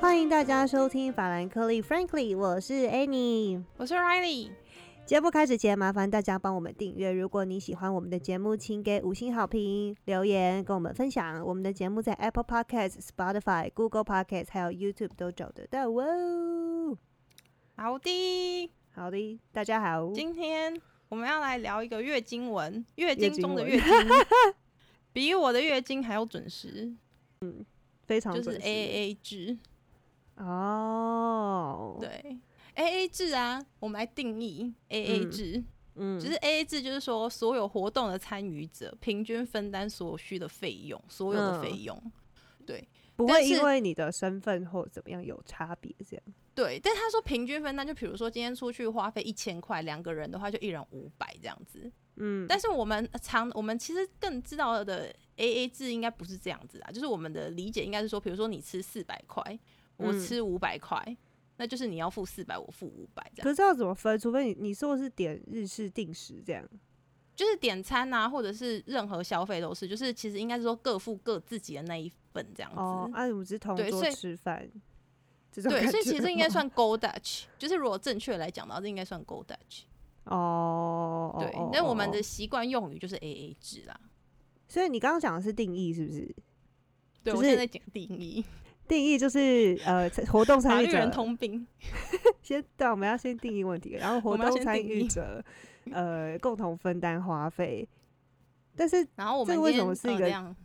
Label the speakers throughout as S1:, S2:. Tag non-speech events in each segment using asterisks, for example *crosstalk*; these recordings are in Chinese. S1: 欢迎大家收听法兰克利 （Frankly），我是 Annie。
S2: 我是 Riley，
S1: 节目开始前，麻烦大家帮我们订阅。如果你喜欢我们的节目，请给五星好评、留言跟我们分享。我们的节目在 Apple Podcast、Spotify、Google Podcast 还有 YouTube 都找得到哦。
S2: 好的，
S1: 好的，大家好，
S2: 今天我们要来聊一个月经文，月
S1: 经
S2: 经中的
S1: 文
S2: 月经， *laughs* 比我的月经还要准时，
S1: 非常
S2: 就
S1: 准
S2: 是
S1: 时
S2: AA 制。
S1: 哦，，
S2: 对，AA 制啊，我们来定义 AA
S1: 嗯
S2: 制，
S1: 嗯
S2: 就是 AA 制，就是说所有活动的参与者平均分担所需的费用，所有的费
S1: 嗯
S2: 用。
S1: 不
S2: 但
S1: 会
S2: 是
S1: 因为你的身份或怎么样有差别，这样
S2: 对，但他说平均分担，就比如说今天出去花费一千块，两个人的话就一人五百这样子。
S1: 嗯，
S2: 但是我们常我们其实更知道的 A A 制应该不是这样子啊，就是我们的理解应该是说，比如说你吃四百块，我
S1: 嗯
S2: 吃五百块，那就是你要付四百，我付五百这
S1: 可
S2: 样。
S1: 是要怎么分？除非你你说的是点日式定时这样，
S2: 就是点餐啊，或者是任何消费都是，就是其实应该是说各付各自己的那一份这样子。
S1: 哦，啊，我们只是同
S2: 对
S1: 桌
S2: 所以
S1: 吃饭，这种
S2: 对，
S1: 感
S2: 所以
S1: 觉
S2: 其实应该
S1: 吗
S2: 算 Go Dutch，就是如果正确来讲的话，这应该算 Go Dutch。
S1: 哦，
S2: 对
S1: 哦，
S2: 那我们，
S1: 哦
S2: 的
S1: 哦
S2: 习惯用语就是 A A 制啦。
S1: 所以你刚刚讲的是定义是不是？
S2: 对，
S1: 就
S2: 我
S1: 是
S2: 现在讲定义，
S1: 定义就是呃，活动
S2: 法
S1: 参
S2: 律
S1: 与者
S2: 人通病。
S1: 先对啊，我们要先定义问题，然后活
S2: 我们要
S1: 动
S2: 先
S1: 参
S2: 定
S1: 与
S2: 义
S1: 者呃共同分担花费。但是
S2: 然后我
S1: 这
S2: 们
S1: 个为
S2: 今
S1: 什么
S2: 天
S1: 是一
S2: 呃
S1: 个
S2: 这样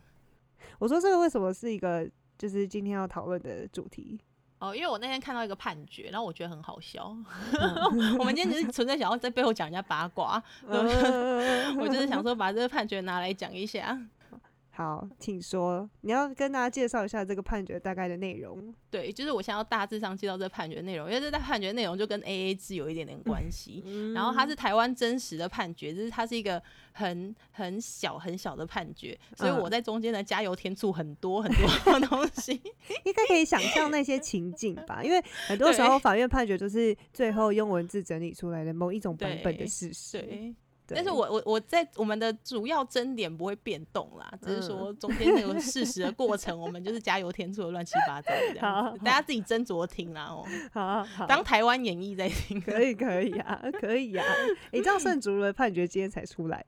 S1: 我说这个为什么是一个就是今天要讨论的主题？
S2: 哦，因为我那天看到一个判决，然后我觉得很好笑。
S1: 嗯
S2: *laughs* 我们今天只是纯粹想要在背后讲人家八卦，
S1: 呃 *laughs*
S2: 我就是想说把这个判决拿来讲一下。
S1: 好，请说，你要跟大家介绍一下这个判决大概的内容。
S2: 对，就是我想要大致上介绍这判决内容，因为这个判决内容就跟 A A 制有一点点关系。 *laughs*
S1: 嗯
S2: 然后它是台湾真实的判决，就是它是一个很很小很小的判决，所以
S1: 嗯
S2: 我在中间呢加油添醋很多很多 *laughs* 东西。
S1: 应该可以想象那些情境吧，因为很多时候法院判决就是最后用文字整理出来的某一种版本的事实。
S2: 对，
S1: 对
S2: 但是我我我在我们的主要争点不会变动啦，只
S1: 嗯
S2: 是说中间那个事实的过程，我们就是加油添醋的乱七八糟的这
S1: 好
S2: 样
S1: 好
S2: 子，大家自己斟酌听啦哦。
S1: 好好
S2: *laughs* 当台湾演绎在听，
S1: 可以可以啊，可以啊。你知道圣竹的判决今天才出来、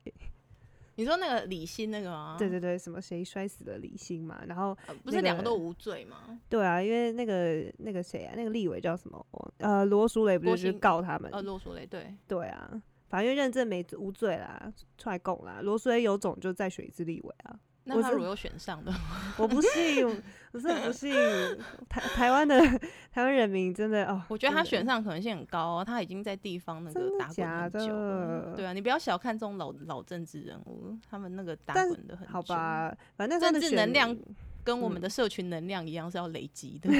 S2: *laughs* 你说那个李欣那个吗？
S1: 对对对，什么谁摔死了李欣嘛？然后
S2: 呃，不
S1: 那
S2: 是
S1: 个
S2: 两个都无罪吗？
S1: 对啊，因为那个那个谁啊，那个立委叫什么？呃，罗淑蕾不
S2: 罗
S1: 是就是
S2: 欣
S1: 告他们？
S2: 呃，骆淑蕾对，
S1: 对啊，法院认证没无罪啦，出来供啦。罗淑蕾有种就再选一次立委啊。
S2: 那
S1: 我
S2: 他
S1: 是
S2: 如果有选上的话，
S1: 我不信，我真的不信台台湾的台湾人民真的哦，
S2: 我觉得他
S1: 真
S2: 选
S1: 的
S2: 上可能性很高哦，他已经在地方那个
S1: 真的
S2: 打滚很
S1: 假
S2: 久
S1: 的
S2: 了。对啊，你不要小看这种老老政治人物，他们那个打
S1: 但
S2: 滚的很久。
S1: 好，吧，反正他的
S2: 政治
S1: 选
S2: 能量
S1: 民
S2: 跟我
S1: 嗯
S2: 们的社群能量一样是要累积
S1: *laughs*
S2: 的，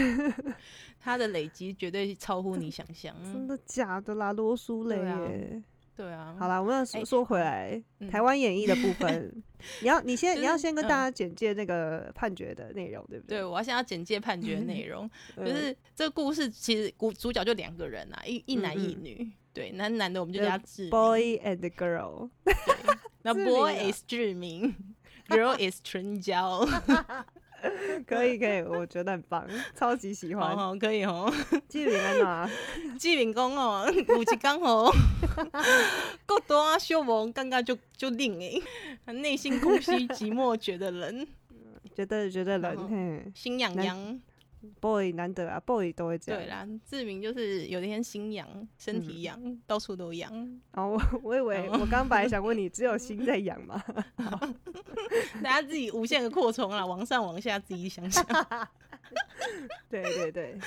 S2: 它的累积绝对超乎你想象。
S1: 真的假的啦，罗淑蕾
S2: 对啊
S1: 耶。
S2: 对啊，
S1: 好啦，我们要说
S2: 哎
S1: 说回来，
S2: 嗯
S1: 台湾演绎的部
S2: *laughs*
S1: 分，你要你先
S2: 就
S1: 你要
S2: 是
S1: 先跟大
S2: 嗯
S1: 家简介那个判决的内容，对不
S2: 对，
S1: 对？
S2: 我要先要简介判决的
S1: *laughs*
S2: 内容，就
S1: 嗯
S2: 是这个故事其实主主角就两个人啊，一一男
S1: 嗯
S2: 一
S1: 嗯
S2: 女，对，男男的我们就
S1: 呃
S2: 叫他志明
S1: boy and girl， *laughs*
S2: 对，那
S1: 志
S2: boy
S1: 明啊
S2: is 志明，girl is
S1: *laughs*
S2: 春娇，哦
S1: 可以可以，我觉得很棒，超级喜欢。
S2: 哦，可以哦，
S1: 纪明安娜，啊
S2: 志明讲哦，有一刚哦， *laughs* 够多啊，小萌刚刚就就令哎，内心空虚寂寞觉得冷，
S1: 觉得觉得
S2: *laughs* 然后
S1: 人嘿
S2: 心痒
S1: 男
S2: 痒。
S1: boy 难得啊，boy 都会这样嗯
S2: 对。啦，志明就是有一天心痒，身体痒，到处都痒，
S1: 哦，我我以为我刚本来想问你，只有心
S2: *laughs*
S1: 在痒吗？
S2: 大家自己无限的扩充啦，往上往下自己想想。
S1: 对对对，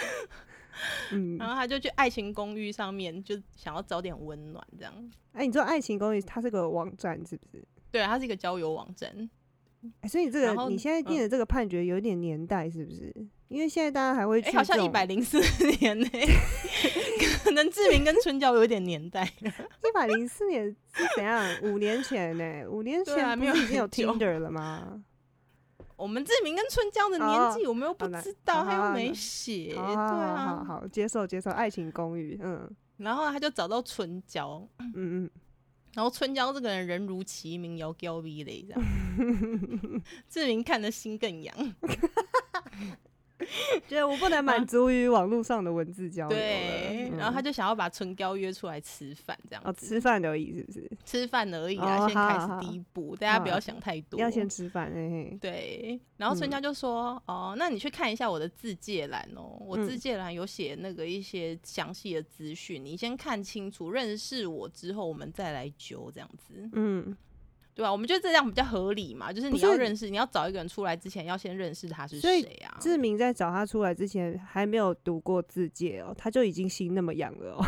S1: 嗯，
S2: *laughs* 然后他就去《爱情公寓》上面，就想要找点温暖这样。
S1: 哎，你说《爱情公寓》它是个网站是不是？
S2: 对，啊它是一个交友网站。
S1: 哎，所以这
S2: 然
S1: 个
S2: 后嗯
S1: 你现在念的这个判决有一点年代是不是？因为现在大家还会
S2: 哎、
S1: 去
S2: 好像
S1: 这
S2: 一
S1: 种
S2: 百零四年呢、可能志明跟春娇有点年代。
S1: 一百零四年是怎样？五年前呢？五年
S2: 对啊
S1: 前不
S2: 没有
S1: 是已经有
S2: 很久
S1: Tinder 了吗？
S2: 我们志明跟春娇的年纪，我们又不
S1: 哦好啦
S2: 知
S1: 好
S2: 道，他
S1: 好
S2: 又
S1: 好
S2: 没写。
S1: 好
S2: 对
S1: 好好好
S2: 啊，
S1: 好，接受接受，《爱情公寓》
S2: *laughs*
S1: 嗯
S2: 然后他就找到春娇，
S1: 嗯嗯，
S2: 然后春娇这个人人如其名，摇娇
S1: *laughs*
S2: 逼嘞这样。志明看得心更痒，
S1: 觉得我不能满足于网络上的文字交流了。
S2: 对，
S1: 嗯
S2: 然后他就想要把唇膏约出来吃饭，这样
S1: 哦，
S2: 子、
S1: 吃饭而已，是不是？
S2: 吃饭而已啊，
S1: 哦
S2: 先
S1: 好
S2: 开
S1: 好
S2: 始
S1: 好
S2: 第一步，大家不
S1: 好
S2: 要想太多，
S1: 要先嗯吃饭，嘿嘿。
S2: 对，然后春娇就说：“哦，那你去看一下我的自介栏哦，我自
S1: 嗯
S2: 介栏有写那个一些详细的资讯，你先看清楚，认识我之后，我们再来揪这样子，
S1: 嗯，
S2: 对吧、我们觉得这样比较合理嘛，就是
S1: 不
S2: 你要
S1: 是
S2: 认识，你要找一个人出来之前，要先认识他是
S1: 所以
S2: 谁啊？
S1: 志明在找他出来之前还没有读过字界哦，他就已经心那么痒了哦，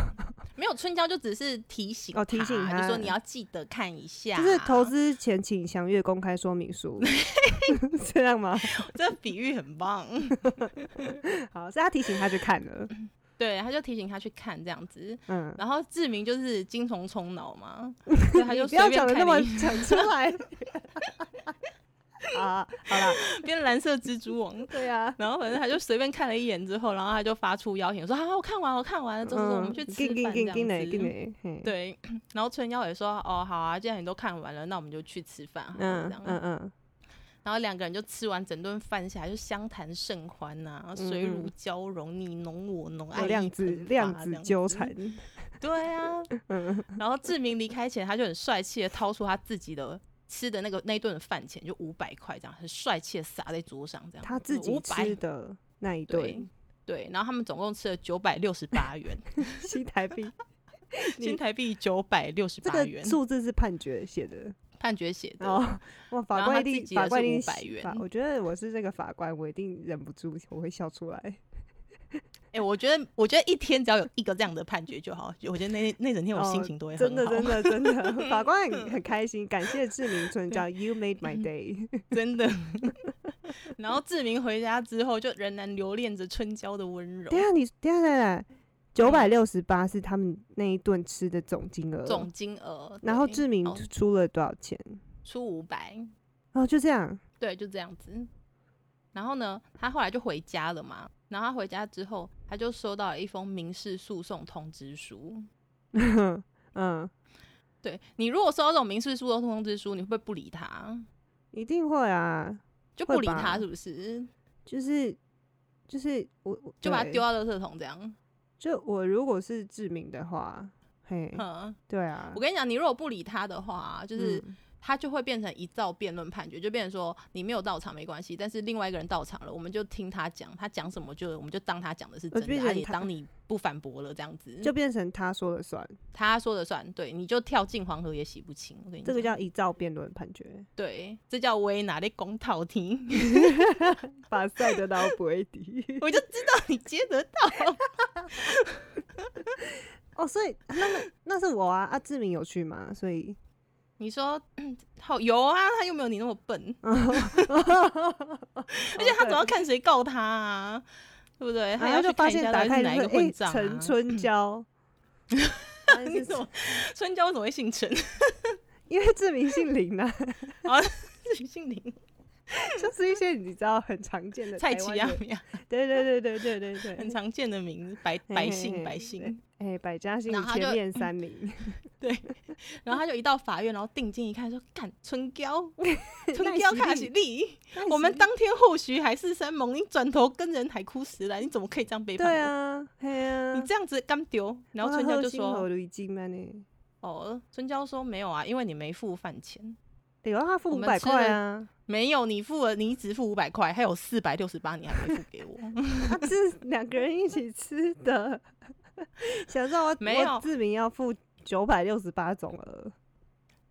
S2: 没有春娇就只是提醒
S1: 哦提醒
S2: 他，就说
S1: 他
S2: 你要记得看一下，
S1: 就是投资前请详阅公开说明
S2: *laughs*
S1: 书，是这样吗？
S2: 这比喻
S1: *laughs*
S2: 很棒。”
S1: 好，是他提醒他去看了，
S2: 对，他就提醒他去看这样子，
S1: 嗯，
S2: 然后志明就是精虫充脑嘛，所以他就
S1: *laughs* 你不
S2: 随
S1: 要
S2: 便
S1: 讲的
S2: 看
S1: 那么
S2: 了一
S1: 讲出来。 *laughs* 啊，好
S2: *laughs*
S1: 啦，
S2: 变蓝色蜘蛛网，
S1: 对啊，
S2: 然后反正他就随便看了一眼之后，然后他就发出邀请说：“好、啊，我看完了，我看完了，走走走，我们去吃
S1: 跟嗯跟
S2: 饭
S1: 跟跟
S2: 这
S1: 嘞跟
S2: 样子。
S1: 嘞，嘿”
S2: 对，然后春娇也说：“哦，好啊，既然你都看完了，那我们就去吃饭好了，
S1: 嗯
S2: 这样。
S1: 嗯嗯，
S2: 然后两个人就吃完整顿饭下来，就相谈甚欢呐、水乳
S1: 嗯
S2: 交融，你侬我侬，爱
S1: 有
S2: 意
S1: 量子
S2: 喷发
S1: 量
S2: 这
S1: 子
S2: 样
S1: 纠
S2: 子
S1: 缠，
S2: *laughs*
S1: 嗯
S2: 对啊，然后志明离开前，他就很帅气的掏出他自己的吃的那个那顿饭钱，就五百块这样，很帅气的撒在桌上这样。
S1: 他自己
S2: 500
S1: 吃的那一
S2: 对
S1: 顿
S2: 对，然后他们总共吃了九百六十八元，
S1: 西台
S2: *laughs*
S1: 币， *laughs* 你
S2: 新台币九百六十
S1: 这
S2: 八元
S1: 个，数字是判决写的
S2: 判决写的。
S1: 哦。哇，
S2: 然
S1: 法
S2: 后
S1: 官
S2: 他
S1: 一
S2: 自
S1: 定
S2: 己
S1: 法
S2: 的
S1: 官
S2: 是
S1: 一定
S2: 500
S1: 喜
S2: 元
S1: 法我觉得我是这个法官，我一定忍不住我会笑出来。
S2: 哎、我觉得，我觉得一天只要有一个这样的判决就好。我觉得那那整天我心
S1: 哦
S2: 情都会很
S1: 真
S2: 好，
S1: 的真的真
S2: *laughs*
S1: 的，法官很很开心，感谢志明村长，You made
S2: *laughs*
S1: my day。
S2: 真的。
S1: *laughs*
S2: 然后志明回家之后，就仍然留恋着春娇的温柔
S1: 等一。下你等一下等一下，九百六十八是他们那一顿吃的总金额，
S2: 嗯总金额，
S1: 然后
S2: 对
S1: 志明
S2: 好
S1: 出了多少钱？
S2: 出五百，
S1: 哦，就这样，
S2: 对，就这样子。然后呢，他后来就回家了嘛。然后他回家之后，他就收到了一封民事诉讼通知书。
S1: 嗯，
S2: 对你如果收到这种民事诉讼通知书，你会不会不理他？
S1: 一定会啊，
S2: 就
S1: 会
S2: 不理
S1: 吧
S2: 他是不是？
S1: 就是就是我我
S2: 就把他
S1: 对
S2: 丢到垃圾桶这样？
S1: 就我如果是志明的话，嘿，
S2: 嗯，
S1: 对啊，
S2: 我跟你讲，你如果不理他的话，就是
S1: 嗯
S2: 他就会变成一造辩论判决，就变成说你没有到场没关系，但是另外一个人到场了，我们就听他讲，他讲什么就我们就当他讲的是
S1: 呃
S2: 真
S1: 变
S2: 的，他
S1: 成
S2: 也
S1: 他
S2: 当你不反驳了这样子。
S1: 就变成他说了算，
S2: 他说的算，对，你就跳进黄河也洗不清。我跟你
S1: 这个
S2: 讲
S1: 叫一照辩论判决，
S2: 对，这叫为哪里公讨听，
S1: 把赛德刀不会敌。
S2: *laughs* 我就知道你接得到。
S1: *laughs* 哦，所以那么那是我啊，啊，志明有去吗？所 *laughs* 以，
S2: 你说嗯好有啊，他又没有你那么笨，
S1: 而
S2: 而且他总要看谁告他啊，对不对？还
S1: 哦然
S2: 要
S1: 后
S2: 去
S1: 就
S2: 看
S1: 发
S2: 一
S1: 现
S2: 下到
S1: 打
S2: 底
S1: 开
S2: 是
S1: 就
S2: 哪一个
S1: 是
S2: 混
S1: 哎，
S2: 账
S1: 陈
S2: 啊。 *laughs*
S1: 春娇，发现
S2: 你
S1: 是
S2: 怎么春娇为什么会姓陈？
S1: *laughs*
S2: *laughs*
S1: 因为志明姓林啊， *laughs*
S2: 自己姓林，
S1: 就是一些你知道很常见的
S2: 蔡
S1: 台
S2: 奇
S1: 湾
S2: 亚
S1: 的，
S2: 米亚，
S1: 对对对对对对
S2: 很
S1: 对，
S2: 常见的名字，百
S1: 嘿
S2: 百
S1: 嘿
S2: 姓
S1: 嘿
S2: 百姓。
S1: 哎，百家姓
S2: 然后他就嗯
S1: 前面三
S2: *laughs*
S1: 名，
S2: 然后他就一到法院，然后定睛一看，说：“干春
S1: *laughs*
S2: 娇，春
S1: 赖
S2: 娇
S1: 喜
S2: 卡
S1: 力
S2: 起力。”我们当天或许还是山盟，你转头跟人海枯石烂，你怎么可以这样背叛？
S1: 对，啊，嘿啊
S2: 你，这样子刚丢。然后
S1: 哇
S2: 春娇
S1: 好
S2: 就
S1: 心好
S2: 说
S1: 累金啊嘛呢，：“
S2: 哦，春娇说没有啊，因为你没付饭钱，
S1: 哎呦，他付
S2: 我
S1: 五
S2: 们
S1: 百
S2: 吃了
S1: 块啊，
S2: 没有你付了，你只付五百块，还有四百六十八你还没付给
S1: *laughs*
S2: 我。
S1: 啊，这
S2: *laughs*
S1: 是两个人一起吃的， *laughs* 想让我
S2: 没有
S1: 我志明要付九百六十八总额，”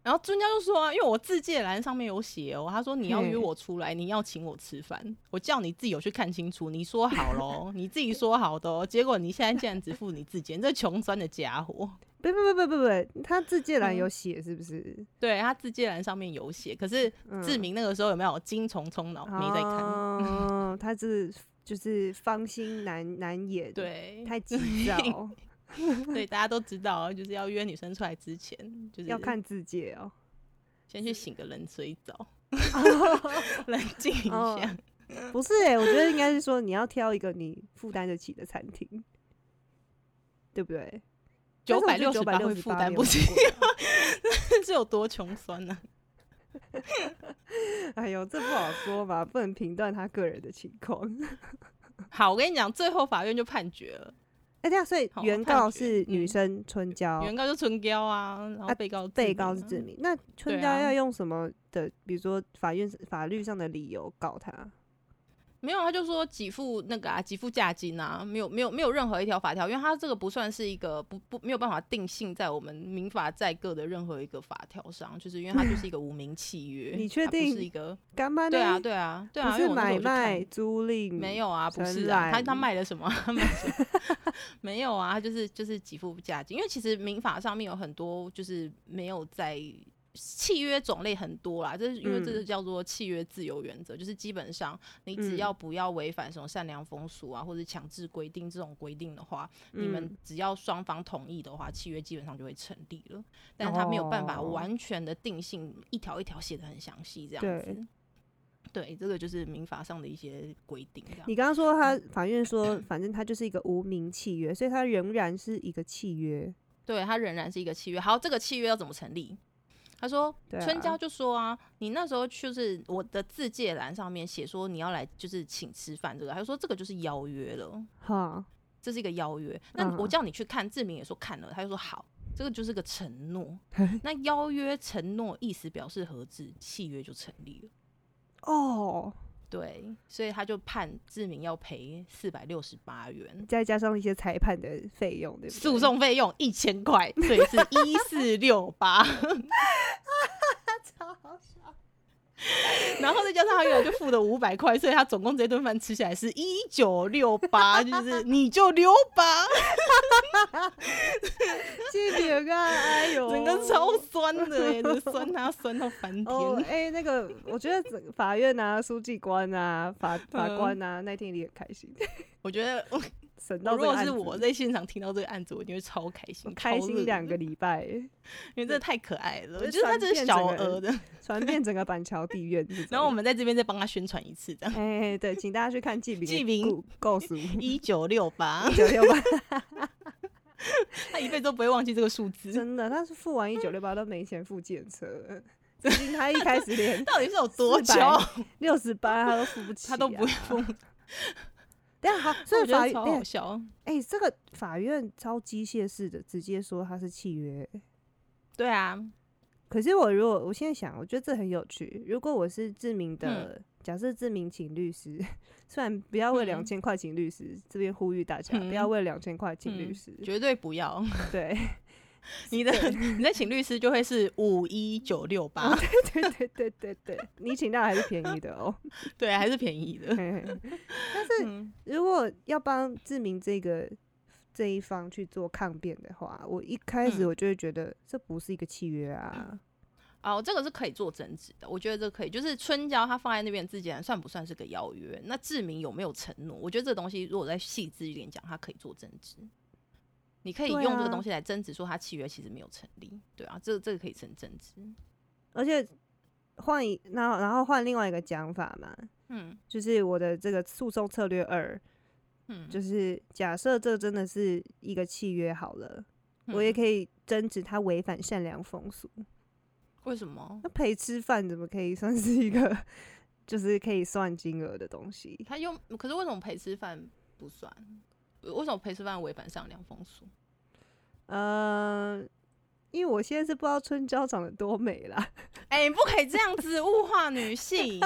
S2: 然后春娇就说：“啊，因为我自介栏上面有写哦，他说你要约
S1: 嘿
S2: 我出来，你要请我吃饭，我叫你自己有去看清楚，你说好喽，你自己说好的哦，结果你现在竟然只付你自己，你这穷酸的家伙。”
S1: 不不不不不不，他自介栏
S2: 嗯
S1: 有写是不是？
S2: 对他自介栏上面有写，可是
S1: 嗯
S2: 志明那个时候有没有精虫充脑没在看？
S1: 哦，他是就是芳心难难掩，，
S2: 对，
S1: 太急
S2: *laughs*
S1: 躁，
S2: 对，大家都知道，就是要约女生出来之前，就是
S1: 要看自介
S2: *laughs*
S1: 哦。
S2: 先去醒个冷水澡，冷静一下。
S1: 哦不是哎、我觉得应该是说你要挑一个你负担得起的餐厅，对不对？
S2: 九百
S1: 但是
S2: 六
S1: 我觉得
S2: 十八会负担不起，
S1: 968没有很贵啊
S2: 是有多穷酸呢、 *laughs*
S1: 哎呦，这不好说吧，不能评断他个人的情况。 *laughs*
S2: 好，我跟你讲，最后法院就判决了，
S1: 哎，这样，所以
S2: 好
S1: 原
S2: 判
S1: 告
S2: 决
S1: 是女
S2: 嗯
S1: 生春娇，
S2: 原告就纯标啊，然
S1: 啊
S2: 后被告、
S1: 被告是自，明。那春
S2: 对
S1: 娇
S2: 啊
S1: 要用什么的，比如说法院法律上的理由告他？
S2: 没有，他就说给付那个啊，给付价金啊，没有没有没有任何一条法条，因为他这个不算是一个不不没有办法定性在我们民法在各的任何一个法条上，就是因为它就是一个无名契约，
S1: 你确
S2: 它不
S1: 定
S2: 是一个？
S1: 干嘛呢？
S2: 对啊，对啊，对啊，
S1: 不是
S2: 因为我那
S1: 买
S2: 时候有去看
S1: 卖、租赁，
S2: 没有啊，不
S1: 承
S2: 是啊，他
S1: 揽
S2: 他卖了什么？ *laughs* 他卖什么没有啊，他就是就是给付价金，因为其实民法上面有很多就是没有在。契约种类很多啦，这是因为这
S1: 嗯
S2: 是叫做契约自由原则，就是基本上你只
S1: 嗯
S2: 要不要违反什么善良风俗啊，或者强制规定这种规定的话，你
S1: 嗯
S2: 们只要双方同意的话，契约基本上就会成立了。但是他没有办法
S1: 哦
S2: 完全的定性，一条一条写的很详细这样
S1: 对
S2: 子。对，这个就是民法上的一些规定。这样
S1: 你刚刚说他法院说，反正他就是一个无名契约，所以他仍然是一个契约。
S2: 对，它仍然是一个契约。好，这个契约要怎么成立？他说，
S1: 对啊
S2: 春娇就说啊，你那时候就是我的自介栏上面写说你要来，就是请吃饭这个，他就说这个就是邀约了，
S1: 哈，
S2: 这是一个邀约。那我
S1: 嗯
S2: 叫你去看，志明也说看了，他就说好，这个就是个承诺。那邀约、承诺意思表示合致，契约就成立了。
S1: 哦，
S2: 对，所以他就判志明要赔四百六十八元，
S1: 再加上一些裁判的费用，对不对？*laughs*
S2: 诉讼费用一千块，所以是一四六八。
S1: 超好笑，
S2: *laughs* 然后再加上他原来就付了五百块，所以他总共这顿饭吃起来是一九六八， *laughs* 就是你就溜吧，
S1: 这点啊，哎呦，
S2: *laughs* 整个超酸的耶，就是酸他酸到翻天。
S1: 哦，哎、那个，我觉得整个法院啊、书记官啊、法法
S2: 嗯
S1: 官啊，那天一定很开
S2: *laughs*
S1: 心，
S2: 我觉得我
S1: 省到
S2: 哦如
S1: 这个
S2: 果
S1: 案
S2: 是
S1: 子
S2: 我在现场听到这个案子，我一定会超开心，
S1: 开
S2: 超乐
S1: 心两个礼拜，
S2: 因为真的太可爱了，
S1: 对
S2: 我觉得他这是
S1: 传遍
S2: 小
S1: 整个
S2: 额的。
S1: 传遍整个板桥地院
S2: *laughs*
S1: 这种。
S2: 然后我们在这边再帮他宣传一次，这样
S1: 哎、对，请大家去看纪炳
S2: 纪炳
S1: 故
S2: *laughs*
S1: 构书一
S2: 一九六八，
S1: 九六八， *laughs*
S2: 他一辈子都不会忘记这个数字。
S1: 真的，他是付完一九六八都没钱付检车了，毕竟他一开始
S2: *laughs*
S1: 连
S2: 到底是有多
S1: 400
S2: 久？
S1: 六十八他都付不起、啊
S2: 他都不会。疯， *laughs*
S1: 但好，所
S2: 我
S1: 以
S2: 觉
S1: 法
S2: 得
S1: 院
S2: 超
S1: 哎
S2: 好、笑。
S1: 哎这个法院超机械式的，直接说他是契约、
S2: 对啊，
S1: 可是我如果我现在想，我觉得这很有趣。如果我是志
S2: 嗯
S1: 明的，假设志明请律师， *laughs* 虽然不要为两
S2: 嗯
S1: 千块请律师，这边呼吁大家不要
S2: 嗯
S1: 为两千块请律
S2: 嗯
S1: 师，
S2: 绝对不要。
S1: *laughs*
S2: *laughs*
S1: 对
S2: 你的你在请律师就会是五一九六八，
S1: *laughs* 对对对对对，你请到还是便宜的
S2: *laughs*
S1: 哦。
S2: 对，啊还是便宜的。
S1: 嘿嘿但是
S2: 嗯，
S1: 如果要帮志明这个这一方去做抗辩的话，我一开始
S2: 嗯
S1: 我就会觉得这不是一个契约啊，
S2: 哦，这个是可以做争执的，我觉得这个可以。就是春娇她放在那边自己人算不算是个邀约？那志明有没有承诺？我觉得这个东西如果再细致一点讲，它可以做争执。你可以
S1: 对啊
S2: 用这个东西来争执，说他契约其实没有成立，对啊，这个这个可以成争执。
S1: 而且换一然后然后换另外一个讲法嘛，
S2: 嗯
S1: 就是我的这个诉讼策略二。
S2: 嗯，
S1: 就是假设这真的是一个契约好了，我也
S2: 以。
S1: 可以争执他违反善良风俗。
S2: 为什么？
S1: 那陪吃饭怎么可以算是一个就是可以算金额的东西？
S2: 他用可是为什么陪吃饭不算？为什么陪吃饭违反善良风俗？
S1: 呃，因为我现在是不知道春娇长得多美啦，
S2: 哎、你不可以这样子物化
S1: *laughs*
S2: 女性。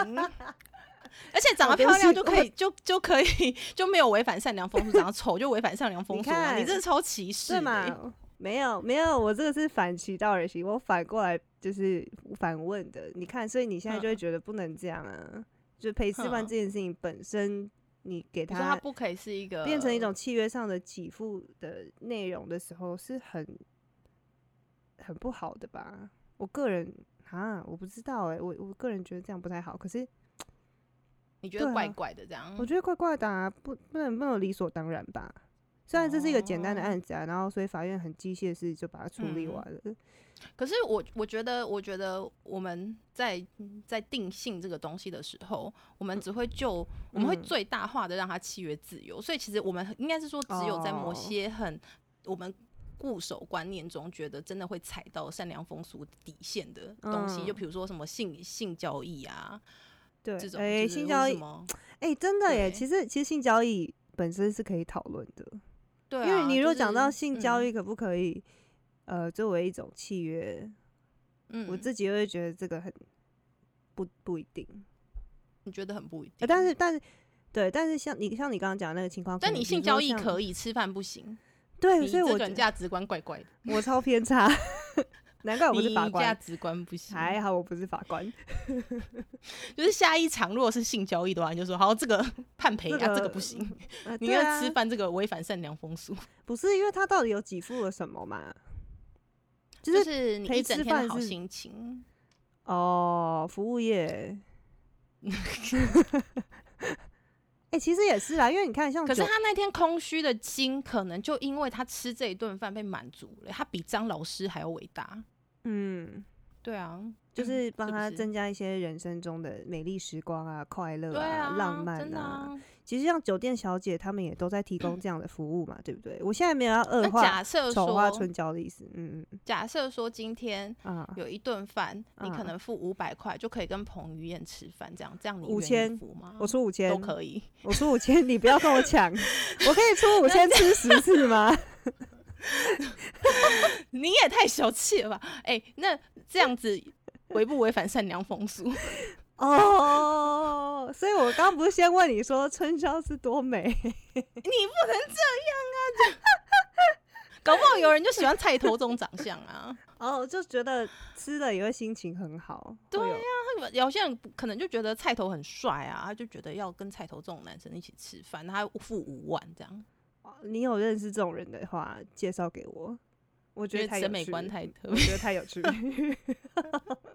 S2: 而且长
S1: 哦
S2: 得
S1: 对
S2: 漂
S1: 不
S2: 亮
S1: 起
S2: 就可以，就就可以，就没有违反善良风俗；长得丑就违反善良风俗啊！
S1: 看
S2: 你这是超歧视、
S1: 对
S2: 欸，？
S1: 嘛？没有没有，我这个是反其道而行，我反过来就是反问的。你看，所以你现在就会觉得不能这样啊，就陪吃饭
S2: 嗯
S1: 这件事情本身，你给
S2: 你说他不可以是一个
S1: 变成一种契约上的给付的内容的时候，是很很不好的吧？我个人啊，我不知道哎、我我个人觉得这样不太好。可是
S2: 你觉
S1: 对
S2: 得
S1: 啊
S2: 怪怪的这样。
S1: 我觉得怪怪的、啊，不不能不能理所当然吧？虽然这是一个简单的
S2: 哦
S1: 案子啊，然后所以法院很机械式就把它处理
S2: 嗯
S1: 完了。
S2: 可是我我觉得，我觉得我们在在定性这个东西的时候，我们只会就我们会
S1: 嗯
S2: 最大化的让他契约自由，所以其实我们应该是说，只有在某
S1: 哦
S2: 些很、我们固守观念中，觉得真的会踩到善良风俗底线的东西，
S1: 嗯
S2: 就比如说什么性性交易啊
S1: 对
S2: 这，种，
S1: 哎、
S2: 就是
S1: 性
S2: 为
S1: 交
S2: 什
S1: 易，
S2: 么
S1: 哎、真的耶！
S2: 对
S1: 其实其实性交易本身是可以讨论的，
S2: 对啊，
S1: 因为你如果讲到
S2: 就是
S1: 性交易
S2: 嗯
S1: 可不可以，呃，作为一种契约，
S2: 嗯，
S1: 我自己会觉得这个很不不一定。
S2: 你觉得很不一
S1: 呃
S2: 定，
S1: 但是但是对，但是像你像你刚刚讲的那个情况，
S2: 但你性交易
S1: 以
S2: 可以，吃饭不行，
S1: *laughs* 对，
S2: 你
S1: 所
S2: 这
S1: 以我
S2: 个人
S1: 觉
S2: 价值观怪怪的，
S1: 我超偏差，难怪我不是
S2: 你
S1: 法
S2: 价
S1: 官，
S2: 值观不行。
S1: 还好我不是法官，
S2: 就是下一场如果是性交易的话，你就说好这个 *laughs* 判赔
S1: 这
S2: 啊，这
S1: 个
S2: 个不行，
S1: 呃
S2: 你
S1: 对
S2: 要
S1: 啊
S2: 吃饭这个违反善良风俗，
S1: 不是因为他到底有给付了什么嘛？就
S2: 就是是你
S1: 陪
S2: 一整
S1: 吃
S2: 天
S1: 饭
S2: 的好
S1: 是
S2: 心情。
S1: 哦，服务业。
S2: *laughs*
S1: *laughs* 哎、其实也是啦，因为你看，像
S2: 可是
S1: 酒
S2: 他那天空虚的心，可能就因为他吃这一顿饭被满足了，他比张老师还要伟大。
S1: 嗯，
S2: 对啊，
S1: 就是帮
S2: 是不
S1: 他
S2: 是
S1: 增加一些人生中的美丽时光啊、快乐
S2: 对啊，
S1: 浪漫
S2: 真的
S1: 啊。
S2: 啊。
S1: 其实像酒店小姐，他们也都在提供这样的服务嘛，对不对？我现在没有要恶
S2: 啊那
S1: 化、
S2: 假设
S1: 丑化
S2: 说，
S1: 春娇的意思，嗯嗯
S2: 假设说今天
S1: 嗯啊，
S2: 有一顿饭，你
S1: 啊
S2: 可能付五百块就可以跟彭于晏吃饭，这样这样你
S1: 五
S2: 愿意
S1: 千
S2: 付吗？
S1: 啊我出五千
S2: 都，可以，
S1: 我出五千，你不要跟我
S2: *laughs*
S1: 抢，我可以出五千吃十次吗？ *laughs*
S2: 你也太小气了吧？哎、那这样子违不违反善良风俗？ *laughs*
S1: 哦，所以我刚不是先问你说春娇是多美？ *laughs*
S2: 搞不好有人就喜欢菜头这种长相啊。
S1: 哦，就觉得吃了也会心情很好。
S2: 对
S1: 呀、
S2: 那有些人不可能就觉得菜头很帅啊，他就觉得要跟菜头这种男生一起吃饭，他付五万这样，
S1: 你有认识这种人的话，介绍给我，我
S2: 因
S1: 觉
S2: 为
S1: 得太
S2: 审
S1: 有
S2: 美
S1: 趣
S2: 观
S1: 了，嗯
S2: 太特
S1: 我
S2: 别。
S1: 觉得太有趣了。 *laughs*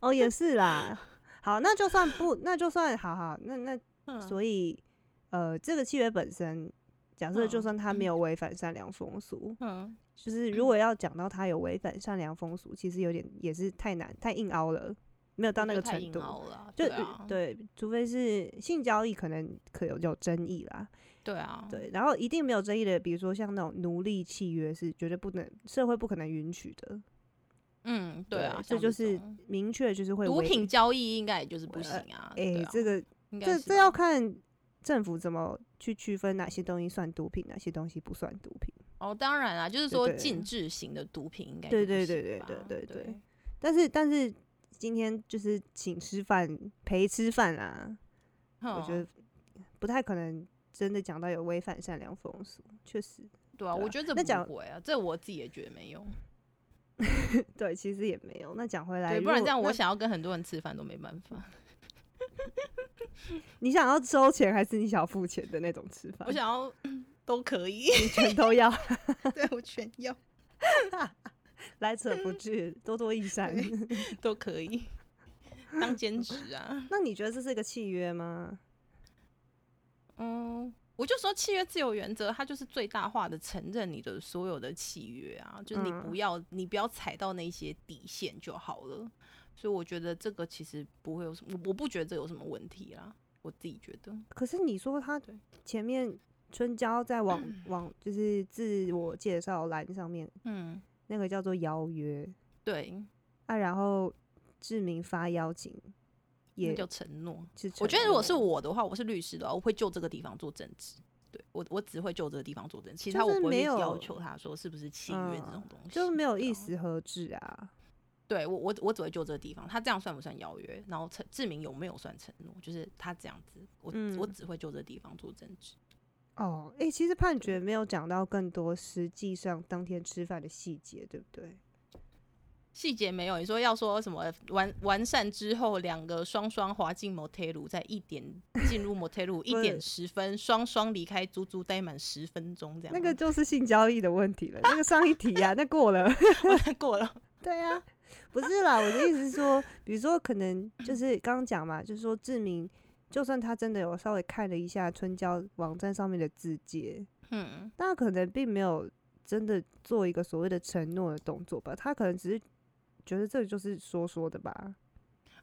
S1: 哦，也是啦。好，那就算不，那就算好好，那那
S2: 嗯
S1: 所以，呃，这个契约本身，假设就
S2: 嗯
S1: 算他没
S2: 嗯
S1: 有违反善良风俗，
S2: 嗯，
S1: 就是如果要讲到他有违反善良风俗，其实有点也是太难太硬凹了，没有到那个程度。
S2: 了，
S1: 就
S2: 对啊，
S1: 对，除非是性交易，可能可有有争议啦。
S2: 对啊，
S1: 对，然后一定没有争议的，比如说像那种奴隶契约是绝对不能，社会不可能允许的。
S2: 嗯，对啊，
S1: 这
S2: 像
S1: 就是
S2: 种
S1: 明确就是会
S2: 毒
S1: 违
S2: 品。交易应该也就是不
S1: 呃
S2: 行啊。
S1: 哎、
S2: 对啊
S1: 这个
S2: 应该
S1: 这
S2: 是
S1: 这
S2: 吧
S1: 要看政府怎么去区分哪些东西算毒品，哪些东西不算毒品。
S2: 哦，当然啦，就是
S1: 对
S2: 说
S1: 对
S2: 禁制型的毒品应该
S1: 对
S2: 就不
S1: 对对
S2: 行
S1: 对
S2: 吧
S1: 对对对
S2: 对
S1: 但是但是今天就是请吃饭陪吃饭啊，我觉
S2: 哼
S1: 得不太可能真的讲到有违反善良风俗，确实，
S2: 对啊，
S1: 对
S2: 我
S1: 啊
S2: 觉得
S1: 那讲
S2: 这不会啊，这我自己也觉得没有。
S1: 对，其实也没有。那讲回来，
S2: 对，
S1: 如
S2: 不然
S1: 果
S2: 这样我
S1: 那
S2: 想要跟很多人吃饭都没办
S1: *laughs*
S2: 法。
S1: 你想要收钱还是你想要付钱的那种吃饭，
S2: 我想要 *clears throat* 都可以，
S1: 你全 *laughs* 都要， *laughs*
S2: 对我全要
S1: 来者不拒，多多益善。
S2: *laughs* *laughs* 都可以当兼职
S1: *laughs*
S2: 啊。
S1: 那你觉得这是一个契约吗？
S2: 嗯，我就说契约自由原则，它就是最大化的承认你的所有的契约啊，就是你
S1: 嗯
S2: 不要、你不要踩到那些底线就好了。所以我觉得这个其实不会有什么，我我不觉得这有什么问题啦。我自己觉得，
S1: 可是你说他
S2: 对
S1: 前面春娇在
S2: *clears throat*
S1: 网网就是自我介绍栏上面
S2: 嗯，
S1: 那个叫做邀约，
S2: 对，
S1: 啊，然后志明发邀请，
S2: 那
S1: 也
S2: 叫承诺。
S1: 是
S2: 我
S1: 承
S2: 觉得如果是
S1: 诺，
S2: 我的话，我是律师的话，我会就这个地方做政治。对我，我只会就这个地方做政治，其
S1: 就
S2: 他我
S1: 是
S2: 不会
S1: 没
S2: 去
S1: 有
S2: 要求他说是不是契约这
S1: 嗯
S2: 种东西，
S1: 就没有意
S2: 对啊。
S1: 思合致啊。
S2: 对我，我我只会就这个地方，他这样算不算邀约？然后陈志明有没有算承诺？就是他这样子，我、我
S1: 嗯
S2: 只会就这个地方做政治。
S1: 哦，诶、其实判决没有讲到更多实际上当天吃饭的细节，对不对？
S2: 细节没有，你说要说什么完完善之后，两个双双滑进 motel，在一点进入 motel 一
S1: 不 *laughs*
S2: 点
S1: 是
S2: 十分，双双离开，足足待满十分钟这样
S1: 那
S2: 吗。 *laughs*
S1: 个就是性交易的问题了，那个上一题啊，那过了。
S2: 太过了，
S1: *laughs* 对啊，不是啦，我的意思是说，比如说可能就是刚刚讲嘛，就是说志明，就算他真的有稍微看了一下春娇网站上面的字节，
S2: 嗯，
S1: 那可能并没有真的做一个所谓的承诺的动作吧，他可能只是觉得这就是说说的吧。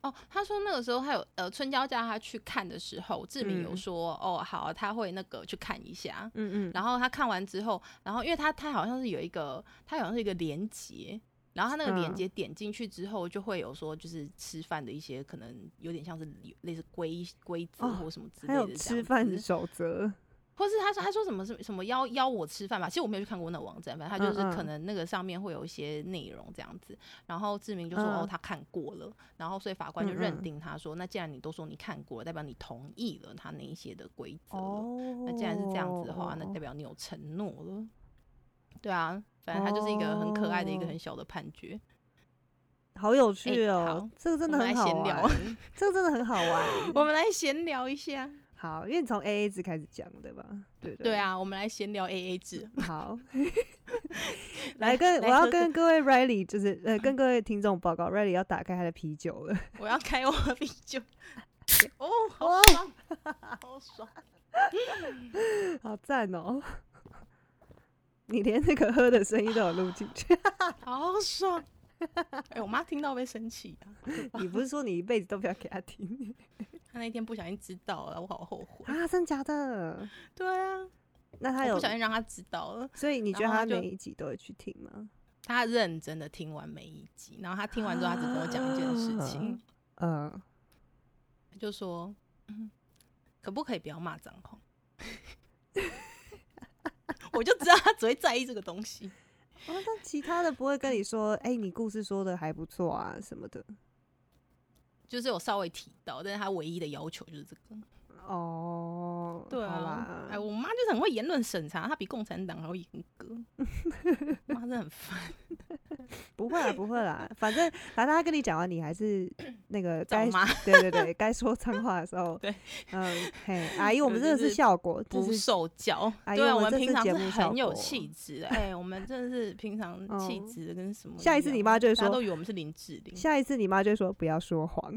S2: 哦，他说那个时候还有呃，春娇叫他去看的时候，志明有
S1: 嗯
S2: 说、哦，好啊，他会那个去看一下。
S1: 嗯嗯，
S2: 然后他看完之后，然后因为他他好像是有一个，他好像是一个连结，然后它那个链
S1: 嗯
S2: 接点进去之后，就会有说就是吃饭的一些可能有点像是类似规规则
S1: 哦
S2: 或什么之类
S1: 还
S2: 的、
S1: 有吃饭的守
S2: *laughs*
S1: 则，
S2: 或是他说他说什么什么什么邀邀我吃饭吧，其实我没有去看过那个网站，反正他就
S1: 嗯
S2: 是
S1: 嗯
S2: 可能那个上面会有一些内容这样子。然后志明就说、
S1: 嗯
S2: 哦他看过了，然后所以法官就
S1: 嗯
S2: 认
S1: 嗯
S2: 定他说、那既然你都说你看过了，代表你同意了他那一些的规则了。
S1: 哦
S2: 那既然是这样子的话，那代表你有承诺了。对啊，反正他就是一个很可爱的一个
S1: 哦
S2: 很小的判
S1: *laughs*
S2: 决，
S1: 好有趣
S2: 哎
S1: 哦
S2: 好，
S1: 这个真的
S2: 我们
S1: 很
S2: 来
S1: 好
S2: 闲聊
S1: 玩，
S2: *laughs*
S1: 这个真的很好玩。
S2: 我们来闲聊一下。
S1: 好，因为你从 AA 制开始讲对吧？对
S2: 对，啊，我 *laughs* 们来闲聊 AA 制。
S1: 好， *laughs*
S2: *laughs*
S1: 来跟我要
S2: 喝
S1: 跟各位 Riley 就是
S2: *laughs*
S1: 呃跟各位听众报告，Riley 要打开他的啤酒了。
S2: 我要开我的啤
S1: *laughs*
S2: 酒。哦，好
S1: 哦
S2: 爽，好爽！
S1: *laughs* 好赞哦！你连那个喝的声音都有录进
S2: *laughs*
S1: 去。
S2: 好爽！哎、我妈听到会生气啊！
S1: 你不是说你一辈子都不要给他
S2: *laughs*
S1: 听
S2: 她那天不小心知道了，我好后悔。
S1: 啊？真假的？
S2: 对啊，
S1: 那他
S2: 我
S1: 有
S2: 不小，心让她知道了。
S1: 所以你觉得
S2: 然后
S1: 他
S2: 他就嗯
S1: 每一集都会去听吗？
S2: 她认真的听完每一集，然后她听完之后，她只跟我讲一件事情，
S1: 嗯，
S2: 她就说：“嗯，可不可以不要骂脏话？” *laughs* 我就知道她只会在意这个东西。
S1: 哦，那其他的不会跟你说，哎、你故事说的还不错啊什么的。
S2: 就是有稍微提到，但是她唯一的要求就是这个。
S1: 哦，
S2: 对
S1: 好
S2: 啊
S1: 啦，
S2: 哎，我妈就是很会言论审查，她比共产党还要严格。我妈真的很烦，
S1: *laughs* *laughs* 不会啦，啊不会啦，反正反正他跟你讲完，你还
S2: *coughs*
S1: 是那个
S2: 找
S1: 该
S2: 妈 *laughs*
S1: 对对对，该说脏话的时候，
S2: 对，
S1: 嗯，嘿，阿
S2: *laughs*
S1: 姨，我们
S2: 就
S1: 这个是
S2: 是
S1: 效果，这
S2: 不
S1: 是
S2: 受教。
S1: 哎
S2: 对
S1: 呦
S2: 啊，我们
S1: 这
S2: 平
S1: 是
S2: 常
S1: 节
S2: 是
S1: 目效
S2: 很有
S1: 果
S2: 气质
S1: *laughs*
S2: 的，哎，我们真的是平常气
S1: 嗯
S2: 质的跟什么一样？
S1: 下一次你妈就会
S2: 大家
S1: 说
S2: 都以为我们是林志玲。
S1: 下一次你妈就会说不要说谎。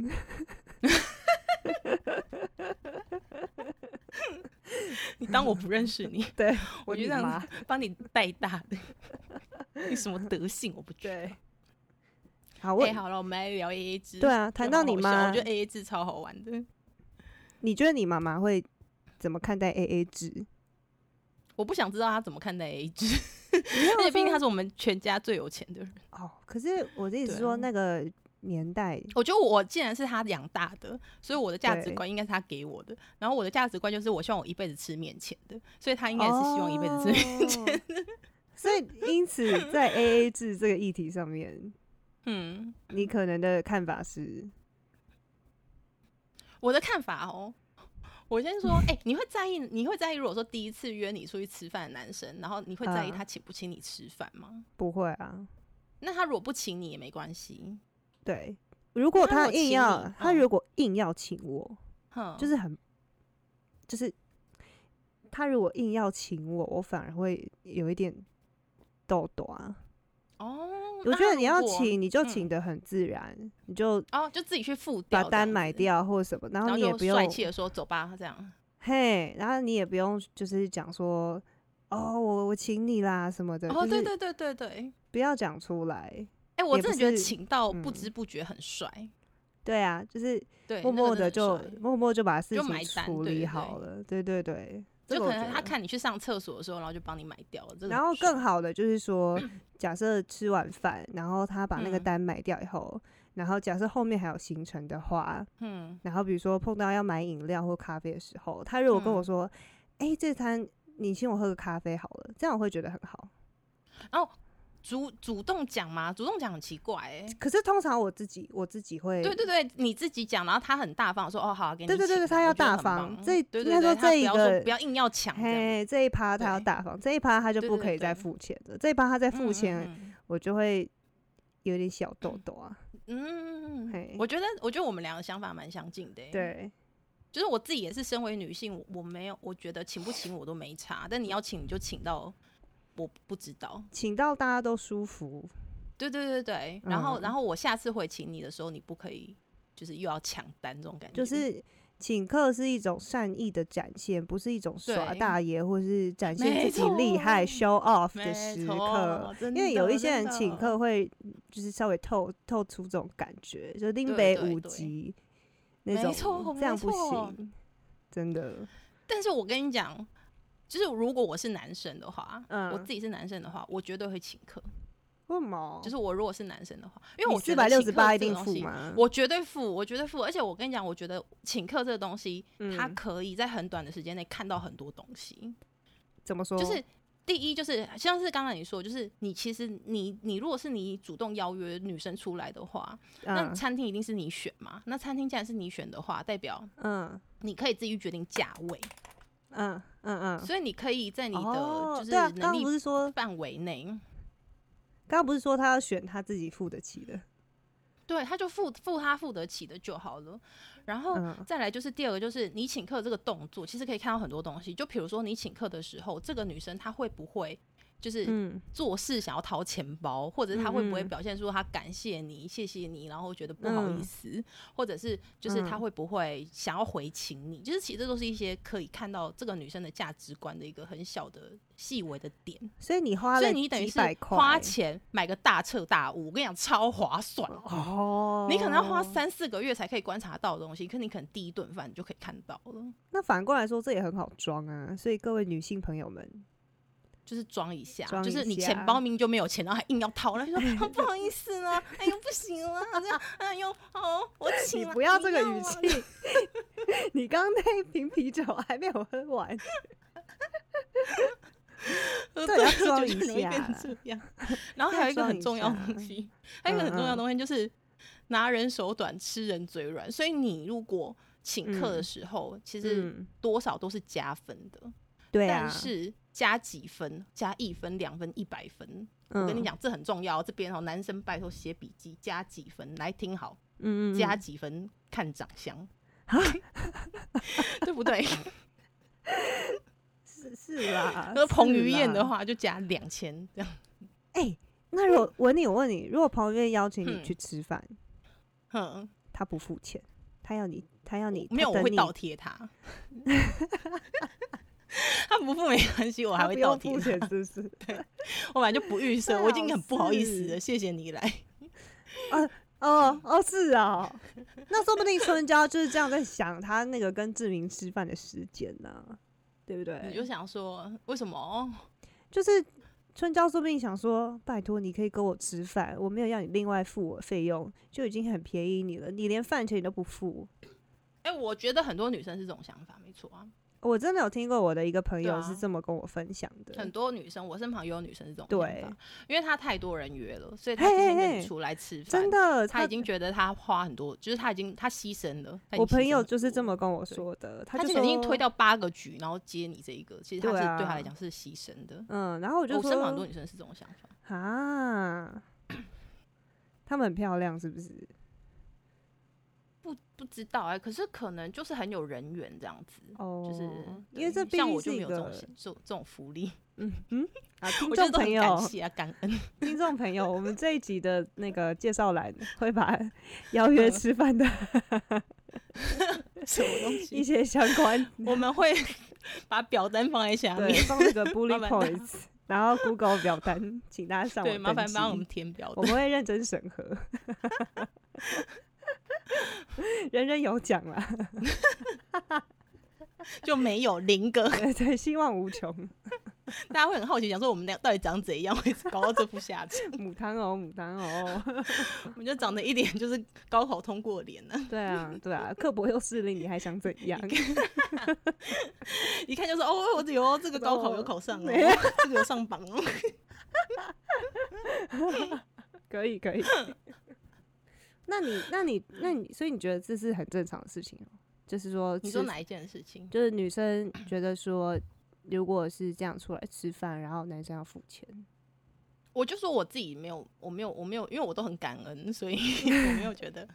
S2: 你当我不认识你，
S1: 对
S2: *laughs* 我就
S1: 你
S2: 这样
S1: 妈
S2: 子帮你带大的。 *laughs* 你什么德性我不知道。
S1: 对， *laughs* 好，我、
S2: 哎，好了，我们来聊 A A 制。
S1: 对
S2: 觉
S1: 啊，
S2: 得
S1: 谈
S2: 好
S1: 到
S2: 好
S1: 你
S2: 笑
S1: 妈
S2: 我觉，得 A A 制超好玩的。
S1: 你觉得你妈妈会怎么看待 AA 制？
S2: 我不想知道她怎么看待 A A 制，
S1: 你没有
S2: 而且毕竟
S1: 说
S2: 她是我们全家最有钱的人。
S1: 哦，可是我的意思
S2: 对
S1: 说
S2: 啊
S1: 那个年代，
S2: 我觉得我既然是他养大的，所以我的价值
S1: 对
S2: 观应该是他给我的。然后我的价值观就是我希望我一辈子吃面钱的，所以他应该是希望一辈子吃面。
S1: 钱。哦 *laughs* 所以，因此在 AA 制这个议题上面，
S2: *laughs* 嗯，
S1: 你可能的看法是，
S2: 我的看法哦，我先说，哎、你会在意，你会在意，如果说第一次约你出去吃饭的男生，然后你会在
S1: 嗯
S2: 意他请不请你吃饭吗？
S1: 不会啊，
S2: 那他如果不请你也没关系，
S1: 对。如果
S2: 他
S1: 他
S2: 如果
S1: 硬
S2: 请
S1: 要，
S2: 你
S1: 他
S2: 嗯
S1: 如果硬要请我，
S2: 哼，
S1: 就是很，就是他如果硬要请我，我反而会有一点痘痘啊。
S2: 哦，
S1: 我
S2: 那
S1: 觉
S2: 他
S1: 得你要
S2: 如果
S1: 请，你就
S2: 嗯
S1: 请的很自然，你就
S2: 哦，就自己去付掉
S1: 把
S2: 这样
S1: 单买
S2: 子，
S1: 掉或什么，然
S2: 然
S1: 后
S2: 后
S1: 你也
S2: 就
S1: 不用
S2: 帅气的说走吧，这样。
S1: 嘿，然后你也不用就是讲说哦，我我请你啦什么的，
S2: 哦，
S1: 就
S2: 对
S1: 是
S2: 对对对对。
S1: 不要讲出来。
S2: 哎、我
S1: 也
S2: 真
S1: 不
S2: 的觉得
S1: 是
S2: 请到不
S1: 嗯
S2: 知不觉很帅、
S1: 对啊，就是
S2: 对，
S1: 默
S2: 那个
S1: 默
S2: 真
S1: 的
S2: 很
S1: 就
S2: 帅
S1: 默默就把事
S2: 就买
S1: 情
S2: 单
S1: 处
S2: 对
S1: 理
S2: 对
S1: 好了，对对对，这
S2: 就
S1: 个我
S2: 可
S1: 觉
S2: 能他
S1: 得
S2: 看你去上厕所的时候，然后就帮你买掉了。这个
S1: 然
S2: 很
S1: 后
S2: 帅
S1: 更好的就是说，假设吃完饭，然后他把那个
S2: 嗯
S1: 单买掉以后，然后假设后面还有行程的话，
S2: 嗯，
S1: 然后比如说碰到要买饮料或咖啡的时候，他如果跟我
S2: 嗯
S1: 说：“哎、这餐你请我喝个咖啡好了”，这样我会觉得很好。
S2: 主主动讲嘛，主动讲很奇怪哎、
S1: 可是通常我自己我自己会
S2: 对对对，你自己讲，然后他很大方说哦好啊，给你
S1: 对对对
S2: 请
S1: 对
S2: 啊
S1: 他要
S2: 我觉得
S1: 大
S2: 很
S1: 方
S2: 棒嗯
S1: 这
S2: 对
S1: 应
S2: 对
S1: 该
S2: 对，
S1: 说
S2: 他
S1: 这
S2: 不
S1: 一
S2: 要说
S1: 个
S2: 不要硬要抢这样子。
S1: 嘿这一趴他要
S2: 对
S1: 大方，这一趴他就
S2: 对
S1: 不
S2: 对
S1: 可以再
S2: 对
S1: 付钱的，这一趴他再付
S2: 嗯
S1: 钱，
S2: 嗯
S1: 我就会有点小痘痘啊。
S2: 嗯嗯嗯
S1: 嘿
S2: 嗯，我觉得我觉得我们两个想法蛮相近的、欸。，
S1: 对，
S2: 就是我自己也是身为女性，我我没有，我觉得请不请我都没差，但你要请你就请到我不知道。
S1: 请到大家都舒服，
S2: 对对对对，然后、
S1: 嗯
S2: 然后我下次会请你的时候，你不可以就是又要抢单这种感觉，
S1: 就是。请客是一种善意的展现，不是一种耍
S2: 对
S1: 大爷或是展现
S2: 没
S1: 自己厉
S2: *laughs*
S1: 害
S2: 错
S1: show off
S2: 没
S1: 的时刻。
S2: 错，真
S1: 因为有
S2: 的
S1: 一些
S2: 真
S1: 人请
S2: 的
S1: 客会就是稍微透透出这种感觉，就拎
S2: 对
S1: 北
S2: 对
S1: 五
S2: 对
S1: 级
S2: 没
S1: 那
S2: 错
S1: 种，这样
S2: 没
S1: 不
S2: 错
S1: 行，真的。
S2: 但是我跟你讲，就是如果我是男生的话，
S1: 嗯
S2: 我自己是男生的话，我绝对会请客。
S1: 为什么？
S2: 就是是我如果是男生的话，因为我
S1: 四
S2: 觉
S1: 百
S2: 得
S1: 六
S2: 请
S1: 十
S2: 客
S1: 八一
S2: 这个
S1: 定
S2: 东
S1: 付
S2: 西
S1: 吗？
S2: 我绝对付，我绝对付，而且我跟你讲，我觉得请客这个东西，它
S1: 嗯
S2: 可以在很短的时间内看到很多东西。
S1: 怎么说？
S2: 就是第一，就是像是刚刚你说，就是你其实你你如果是你主动邀约女生出来的话，那
S1: 嗯
S2: 餐厅一定是你选嘛。那餐厅既然是你选的话，代表
S1: 嗯
S2: 你可以自己决定价位，
S1: 嗯嗯嗯，
S2: 所以你可以在你的
S1: 哦
S2: 就是
S1: 对啊，刚
S2: 能
S1: 刚
S2: 力
S1: 不是说，
S2: 范围内，
S1: 刚刚不是说他要选他自己付得起的？
S2: 对，他就付付他付得起的就好了。然后
S1: 嗯
S2: 再来就是第二个，就是你请客这个动作，其实可以看到很多东西。就比如说你请客的时候，这个女生她会不会就是
S1: 嗯
S2: 做事想要掏钱包，或者是她会不会
S1: 嗯嗯
S2: 表现出她感谢你、谢谢你，然后觉得不好意
S1: 嗯
S2: 思，或者是就是她
S1: 嗯
S2: 会不会想要回请你？就是其实这都是一些可以看到这个女生的价值观的一个很小的细微的点。
S1: 所以你花
S2: 所
S1: 了
S2: 以你等于
S1: 几
S2: 是
S1: 百块，
S2: 花钱买个大彻大悟，我跟你讲超划算。
S1: 哦，
S2: 你可能要花。三四个月才可以观察到的东西，可你可能第一顿饭你就可以看到了，
S1: 那反过来说，这也很好装啊。所以各位女性朋友们，
S2: 就是装一下，
S1: 装
S2: 就是
S1: 一
S2: 你
S1: 下
S2: 钱包明明就没有钱，然后还硬要掏，然后就
S1: *laughs*
S2: 说、啊、不好意思啦，哎呦不行啦，这样哎呦哦，我请
S1: 你
S2: 啦
S1: 不要这个
S2: 啦
S1: 语
S2: *laughs*
S1: 气。 *laughs* 你刚刚那一瓶啤酒还没有喝完，
S2: 喝
S1: 对
S2: 醉
S1: 要
S2: 了就
S1: 装
S2: 就
S1: 一
S2: 容易
S1: 下
S2: 变成这样。然后还有一个
S1: 装
S2: 很
S1: 一
S2: 重要的
S1: 下嗯
S2: 东西，还有一个很重要的东西就是拿人手短，吃人嘴软。所以你如果请客的
S1: 嗯
S2: 时候，其实
S1: 嗯，
S2: 多少都是加分的，
S1: 对啊。
S2: 但是加几分，加一分、两分、一百分，
S1: 我
S2: 我跟你，讲，这很重要。这边哦，男生拜托写笔记，加几分来听好，
S1: 嗯嗯，嗯啊
S2: 加几分看长相， *laughs* 对
S1: *laughs*
S2: 不对？。
S1: 是是啦
S2: 那彭于
S1: 啊是
S2: 晏的
S1: 啦，
S2: 话就加两千这样。
S1: 哎、那如果我你我问你，如果彭于晏邀请你
S2: 嗯
S1: 去吃饭，
S2: 哼，
S1: 他不付钱，他要你，他要你，
S2: 没有，
S1: 他
S2: 我
S1: 等
S2: 会
S1: 你
S2: 倒贴他。 *laughs* 他不付没关系，我还
S1: 他
S2: 会
S1: 不
S2: 倒
S1: 用
S2: 贴
S1: 付
S2: 他。
S1: 钱，是不是？
S2: 我本来就不
S1: *laughs*
S2: 预设，我已经很不好意思
S1: 最好
S2: 了。谢谢你来。
S1: 哦哦，是啊，那说不定春娇就是这样在想他那个跟志明吃饭的时间呢、对不
S2: 你就
S1: 对？
S2: 想说为什么？
S1: 就是春娇说不定想说，拜托你可以跟我吃饭，我没有要你另外付我费用，就已经很便宜你了，你连饭钱你都不付。
S2: 哎、我觉得很多女生是这种想法，没错啊。
S1: 我真的有听过我的一个朋
S2: 对
S1: 友
S2: 啊
S1: 是这么跟我分享的，
S2: 很多女生，我身旁也有女生是这种
S1: 对
S2: 想法，因为她太多人约了，所以她
S1: 嘿
S2: 今天
S1: 嘿
S2: 跟
S1: 嘿
S2: 你出来吃饭，
S1: 真的，
S2: 他已经觉得他花很多，就是他已经他牺牲了。他已经
S1: 我朋
S2: 牺牲
S1: 友
S2: 很
S1: 就是
S2: 多
S1: 这么
S2: 了，
S1: 跟我说的，
S2: 他
S1: 就
S2: 就
S1: 说
S2: 已经推掉八个局，然后接你这一个，其实他
S1: 对
S2: 是
S1: 啊
S2: 对他来讲是牺牲的。哦
S1: 嗯，然后我就
S2: 我
S1: 说
S2: 身旁很多女生是这种想法，
S1: 啊，她们很漂亮是不是？
S2: 不不知道哎、可是可能就是很有人缘这样子。
S1: 哦，
S2: 就是
S1: 因为这
S2: 对
S1: 毕
S2: 像
S1: 竟
S2: 我
S1: 是
S2: 就没
S1: 一
S2: 有这种
S1: 个
S2: 这种这种福利，
S1: *laughs* 嗯嗯啊，听
S2: 我觉得
S1: 众
S2: 都
S1: 朋
S2: 很感
S1: 友，
S2: 谢啊，感
S1: *laughs*
S2: 恩。
S1: 听众朋友，我们这一集的那个介绍 *laughs* 栏会把邀约吃饭 *laughs* 的
S2: 什么东
S1: 一
S2: 西？
S1: 些相关
S2: 我们会 *laughs* 把表单放在下
S1: *laughs* 对
S2: 面，
S1: 放那 *laughs* 个 bullet
S2: 麻烦大家
S1: points，然后 Google 表单，请大家上网
S2: 对，麻
S1: 登
S2: 烦帮我
S1: 记
S2: 们填表
S1: 我
S2: 单。
S1: 们会认真审 *laughs* 核，人人有奖啦，
S2: 就没有零个， *laughs*
S1: 对对，希望无穷，
S2: 大家会很好奇，想说我们俩到底长怎样，会搞到这副下场。
S1: 母汤哦，母汤哦，
S2: 我们就长得一脸就是高考通过脸呢、
S1: *laughs*
S2: *laughs*
S1: 对啊，对啊，刻薄又势利，你还想怎样？
S2: 一看就说哦，我有哦这个高考有考上哦，
S1: 没有
S2: 这个有上榜哦。
S1: 可以
S2: *laughs*
S1: 可以。那你那你那你，所以你觉得这是很正常的事情哦、就是说，
S2: *laughs* 你说？哪一件事情？
S1: 就是女生觉得说，如果是这样出来吃饭，然后男生要付钱，
S2: 我就说我自己没有，我没有，我没有，因为我都很感恩，所以 *laughs* 我没有觉得。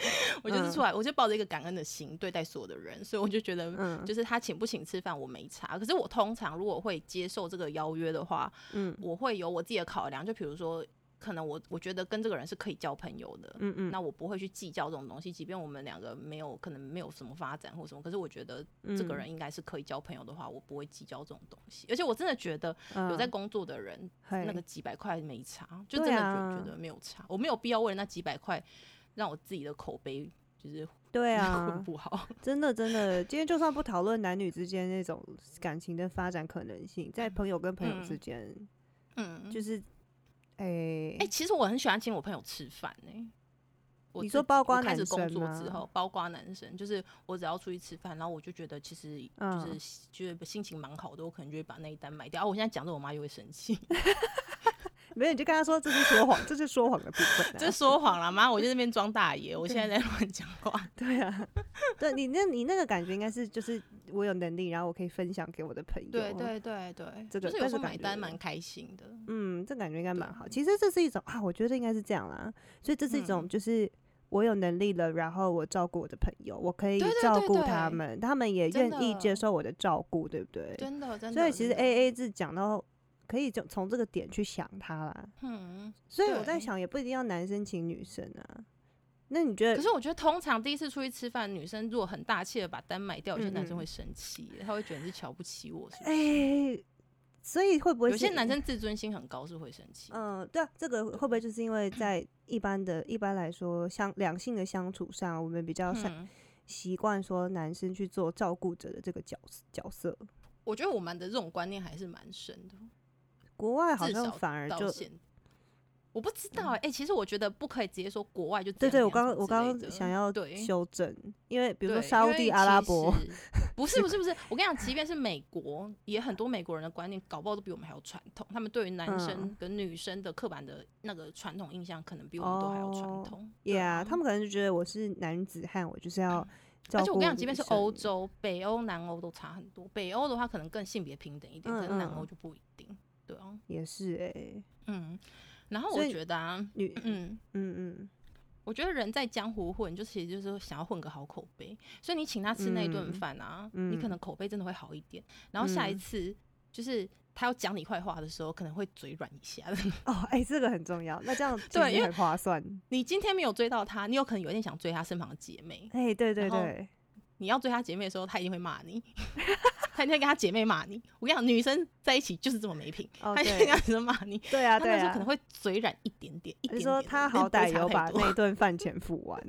S2: *laughs* 我就是出来，我就抱着一个感恩的心对待所有的人，所以我就觉得，
S1: 嗯
S2: 就是他请不请吃饭我没差。可是我通常如果会接受这个邀约的话，
S1: 嗯
S2: 我会有我自己的考量，就比如说，可能我我觉得跟这个人是可以交朋友的，
S1: 嗯嗯，
S2: 那我不会去计较这种东西，即便我们两个没有可能没有什么发展或什么，可是我觉得
S1: 嗯
S2: 这个人应该是可以交朋友的话，我不会计较这种东西。而且我真的觉得
S1: 嗯
S2: 有在工作的人，那个几百块没差，就
S1: 对
S2: 真的
S1: 啊
S2: 觉觉得没有差，我没有必要为了那几百块让我自己的口碑就是
S1: 对
S2: 混 *laughs*
S1: 啊，
S2: 不
S1: *laughs*
S2: 好。
S1: 真的真的，今天就算不讨论男女之间那种感情的发展可能性，在朋友跟朋友之间，
S2: 嗯，
S1: 就是哎
S2: 哎、其实我很喜欢请我朋友吃饭呢、我
S1: 你
S2: 自
S1: 说
S2: 己
S1: 包
S2: 我
S1: 括
S2: 开始
S1: 男
S2: 工
S1: 生
S2: 作
S1: 吗
S2: 之后，包括男生，就是我只要出去吃饭，然后我就觉得其实就是、
S1: 嗯
S2: 就是心情蛮好的，我可能就会把那一单买掉。啊，我现在讲着我妈就会生气，
S1: 没有你就跟他说这是说谎，这是说谎的部分、啊。
S2: *laughs* 这说谎了，妈，我就在那边装大爷，我现在在乱讲话。
S1: *laughs* 对啊，对你那你那个感觉应该是就是我有能力，然后我可以分享给我的朋友。
S2: 对对对对，
S1: 这个
S2: 就
S1: 但
S2: 是有时
S1: 是
S2: 候
S1: 感
S2: 买单
S1: 觉
S2: 蛮开心的。
S1: 嗯，这感觉应该蛮
S2: 对
S1: 好。其实这是一种啊，我觉得应该是这样啦。所以这是一种
S2: 嗯
S1: 就是我有能力了，然后我照顾我的朋友，我可以
S2: 对对
S1: 照
S2: 对
S1: 顾
S2: 对
S1: 他们，他们也
S2: 真
S1: 愿意接
S2: 的
S1: 受我的照顾，对不对？
S2: 真的，真的。
S1: 所以其实
S2: 真的
S1: A A 制讲到可以就从这个点去想它啦。
S2: 嗯，
S1: 所以我在
S2: 对
S1: 想，也不一定要男生请女生啊。那你觉
S2: 可
S1: 得？
S2: 是我觉得通常第一次出去吃饭，女生如果很大气的把单买掉，有些男
S1: 嗯
S2: 生
S1: 嗯
S2: 会生气耶，他会觉得你是瞧不起我，是不
S1: 哎、
S2: 是？
S1: 所以会不会
S2: 有些
S1: 是
S2: 男生自尊心很高是会生气的，
S1: 嗯，对啊，这个会不会就是因为在一般的、一般来说相两性的相处上，我们比较善
S2: 嗯，
S1: 习惯说男生去做照顾者的这个角色角色？
S2: 我觉得我们的这种观念还是蛮深的，
S1: 国外好
S2: 至
S1: 像
S2: 少
S1: 反而
S2: 到
S1: 就嗯
S2: 现我不知道哎、欸其实我觉得不可以直接说国外就这
S1: 对
S2: 样
S1: 对，我
S2: 那样
S1: 刚
S2: 什
S1: 刚
S2: 么
S1: 我刚刚
S2: 之类的
S1: 想要
S2: 对
S1: 修正，因为比如说
S2: 对
S1: 沙
S2: 因
S1: 乌
S2: 为
S1: 地
S2: 其
S1: 阿拉伯， *laughs*
S2: 实不是不是不是，我跟你讲，即便是美国，也很多美国人的观念，搞不好都比我们还要传统。他们对于男生
S1: 嗯
S2: 跟女生的刻板的那个传统印象，可能比我们都还要传
S1: 哦
S2: 统。对
S1: ，Yeah，
S2: 啊嗯
S1: 他们可能就觉得我是男子汉，我就是要照
S2: 而且
S1: 顾
S2: 我跟
S1: 女生。
S2: 你讲，即便是欧洲、北欧、南欧都差很多。北欧的话，可能更性别平等一点，
S1: 嗯
S2: 可能南欧
S1: 嗯
S2: 就不一定。对啊，
S1: 也是哎、
S2: 嗯。然后
S1: 所
S2: 我
S1: 以
S2: 觉得啊，
S1: 女
S2: 嗯，
S1: 嗯嗯，
S2: 我觉得人在江湖混，就其实就是想要混个好口碑，所以你请他吃那一顿
S1: 嗯
S2: 饭啊，
S1: 嗯
S2: 你可能口碑真的会好一点。然后下一
S1: 嗯
S2: 次就是他要讲你坏话的时候，可能会嘴软一下。
S1: 哦，哎、这个很重要。那这样其
S2: 对
S1: 实
S2: 因为
S1: 很划算。
S2: *laughs* *laughs* 你今天没有追到他，你有可能有一天想追他身旁的姐妹，
S1: 哎、对对
S2: 然后
S1: 对，
S2: 你要追他姐妹的时候，他一定会骂你， *laughs* 他一定会跟他姐妹骂你。我跟你讲，女生在一起就是这么没品，
S1: 哦
S2: 他一定会
S1: 对
S2: 跟他生骂你。
S1: 对啊
S2: 他
S1: 对
S2: 那时
S1: 啊
S2: 候可，能会嘴软一点点，一点
S1: 你
S2: 点
S1: 说
S2: 而已。
S1: 他
S2: 但
S1: 好
S2: 不会
S1: 歹
S2: 差
S1: 有
S2: 太
S1: 把
S2: 多
S1: 那顿饭钱付
S2: *laughs*
S1: 完，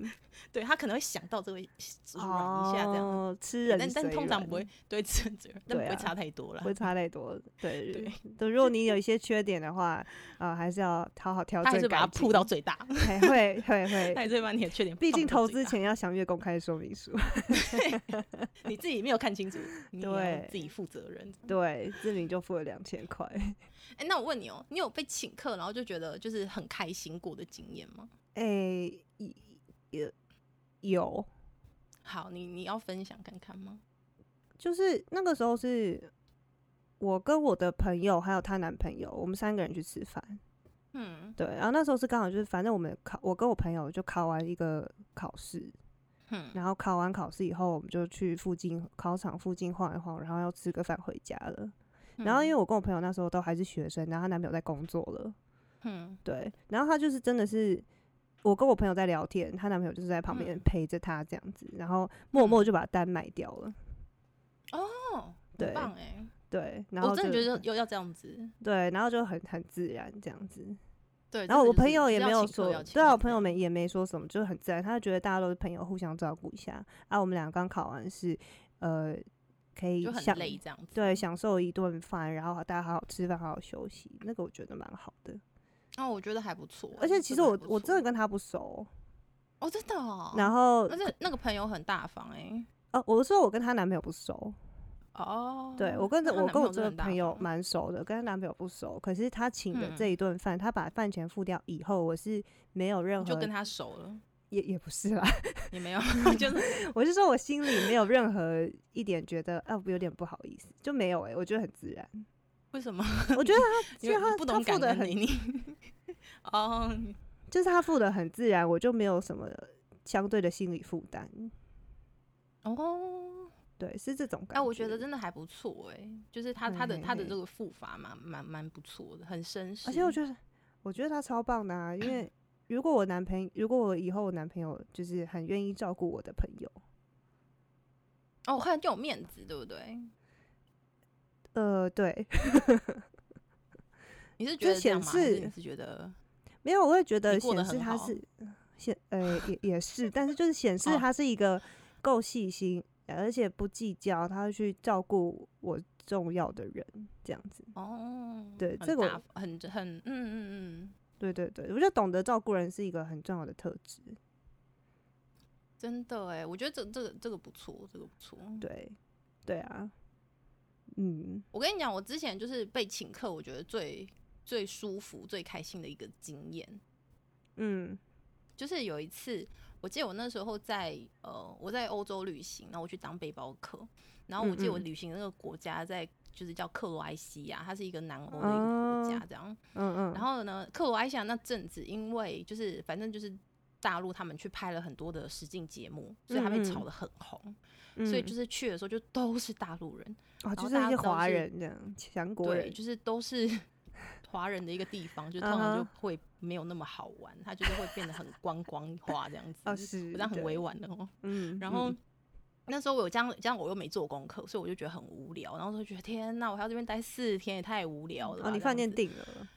S2: 对他可能会想
S1: *laughs*
S2: 到这个嘴软一下这样。
S1: 哦，吃
S2: 对
S1: 人
S2: 但但
S1: 嘴
S2: 通常
S1: 软
S2: 不会对吃人嘴软，但
S1: 对
S2: 不会
S1: 啊
S2: 差太多了
S1: 不。会差太多。
S2: *laughs*
S1: 对
S2: 对，
S1: 对，如果你有一些缺点的话，啊，还是要好好调
S2: 他还
S1: 整
S2: 是
S1: 改进。
S2: 把它铺到最大，
S1: 哎，会会
S2: 他
S1: 会，
S2: 还是会把你的缺点。
S1: 毕竟投资，前要详阅公开说明
S2: *laughs*
S1: 书。
S2: 你自己没有
S1: *laughs*
S2: 看清楚，你也
S1: 对
S2: 要自己负责任。
S1: 对，志明就付了两千块。
S2: 哎，那我问你哦，你有被请客然后就觉得就是很开心过的经验吗？
S1: 哎、一有有，
S2: 好，你你要分享看看吗？
S1: 就是那个时候是我跟我的朋友还有她男朋友，我们三个人去吃饭。
S2: 嗯
S1: 对，然后那时候是刚好就是，反正我们考，我跟我朋友就考完一个考试，
S2: 嗯，
S1: 然后考完考试以后，我们就去附近考场附近晃一晃，然后要吃个饭回家了。然后因为
S2: 为
S1: 我跟我朋友那时候都还是学生，然后她男朋友在工作了，
S2: 嗯
S1: 对，然后她就是真的是。我跟我朋友在聊天，她男朋友就是在旁边
S2: 嗯
S1: 陪着她这样子，然后默默就把单买掉了。
S2: 哦，
S1: 对
S2: 很棒哎，
S1: 对，然后
S2: 我真的
S1: 就
S2: 觉得要要这样子。
S1: 对，然后就很很自然这样子。
S2: 对，
S1: 然后我
S2: 真的就是
S1: 朋友也
S2: 就是要
S1: 没有
S2: 请客
S1: 说
S2: 要，请
S1: 对啊，
S2: 客
S1: 我朋友
S2: 这样
S1: 没也没说什么，就很自然，他就觉得大家都是朋友，互相照顾一下。啊，我们俩刚考完试，呃，可以
S2: 就
S1: 享
S2: 很累这样子。
S1: 对享受一顿饭，然后大家好好吃饭，好好休息，那个我觉得蛮好的。
S2: 哦，我觉得还不错。
S1: 而且其实我我真的
S2: 个还
S1: 跟他不熟，
S2: 不错哦，真的哦。
S1: 然后
S2: 而且那个朋友很大方哎。
S1: 呃，我说我跟她男朋友不熟，
S2: 哦，
S1: 对我跟着
S2: 那她
S1: 我跟
S2: 男朋
S1: 我
S2: 友
S1: 这
S2: 真的
S1: 个
S2: 很大
S1: 朋友
S2: 方
S1: 蛮熟的，跟她男朋友不熟，可是他请的
S2: 嗯
S1: 这一顿饭，他把饭钱付掉以后，我是没有任
S2: 你
S1: 何
S2: 就跟他熟了，
S1: 也也不是啦，
S2: 也没有，
S1: *laughs*
S2: 就是
S1: 我是说我心里没有任何一点觉得啊，有点不好意思，就没有哎、我觉得很自然。
S2: 为什么？
S1: 我觉得
S2: *laughs*
S1: 他
S2: 你
S1: 其实
S2: 你
S1: 他
S2: 不
S1: 他
S2: 懂
S1: 付
S2: 感
S1: 的
S2: 恩
S1: 很，
S2: 你。 *laughs* 哦，你
S1: 就是他付的很自然，我就没有什么相对的心理负担。
S2: 哦，
S1: 对，是这种感觉。
S2: 哎，我觉得，真的还不错哎，就是他他的他的
S1: 对
S2: 这个付法蛮蛮蛮不错的，很绅士。
S1: 而且我觉得，我觉得他超棒的啊，因为如果我男朋如果我以后我男朋友就是很愿意照顾我的朋友，
S2: 得哦，很有面子，对不对？
S1: 呃，对，
S2: 你是
S1: 就
S2: 觉得这
S1: 显
S2: 样吗？还是
S1: 示
S2: 你是觉得
S1: 没有，我会觉得
S2: 你过得
S1: 显示
S2: 很
S1: 他
S2: 好
S1: 是显呃也也是，但是就是显示
S2: 哦
S1: 他是一个够细心，呃而且不计较，他会去照顾我重要的人，这样子。
S2: 哦，
S1: 对
S2: 很
S1: 这个我
S2: 大很很嗯嗯嗯，
S1: 对对对，我觉得懂得照顾人是一个很重要的特质。
S2: 真的哎、我觉得这这个这个不错，这个不错。
S1: 对，对啊，嗯，
S2: 我跟你讲，我之前就是被请客，我觉得最最舒服、最开心的一个经验，
S1: 嗯
S2: 就是有一次，我记得我那时候在呃，我在欧洲旅行，然后我去当背包客，然后我记得我
S1: 嗯嗯
S2: 旅行的那个国家在就是叫克罗埃西亚，它是一个南欧的一个国家，这样。
S1: 嗯嗯，
S2: 然后呢，克罗埃西亚那阵子，因为就是反正就是大陆他们去拍了很多的实境节目，所以他
S1: 嗯
S2: 们
S1: 嗯
S2: 炒得很红，所以就是去的时候就都是大陆人，
S1: 嗯哦，嗯
S2: 然
S1: 哦就
S2: 后
S1: 是
S2: 大
S1: 一
S2: 家
S1: 些
S2: 知道
S1: 华
S2: 是
S1: 人这样，强国
S2: 对，
S1: 人，
S2: 就是都是 *laughs* 华人的一个地方，
S1: 嗯
S2: 就通常就会没有那么好玩，它就是会变得很观光化这样子。
S1: 哦是，
S2: 我这样很
S1: 对
S2: 委婉的哦。
S1: 嗯，
S2: 然后
S1: 嗯
S2: 那时候我有这样，这样我又没做功课，所以我就觉得很无聊。然后就觉得天呐，我还要这边待四天，也太无聊了吧。
S1: 哦，你
S2: 这
S1: 饭店
S2: 样子
S1: 定了，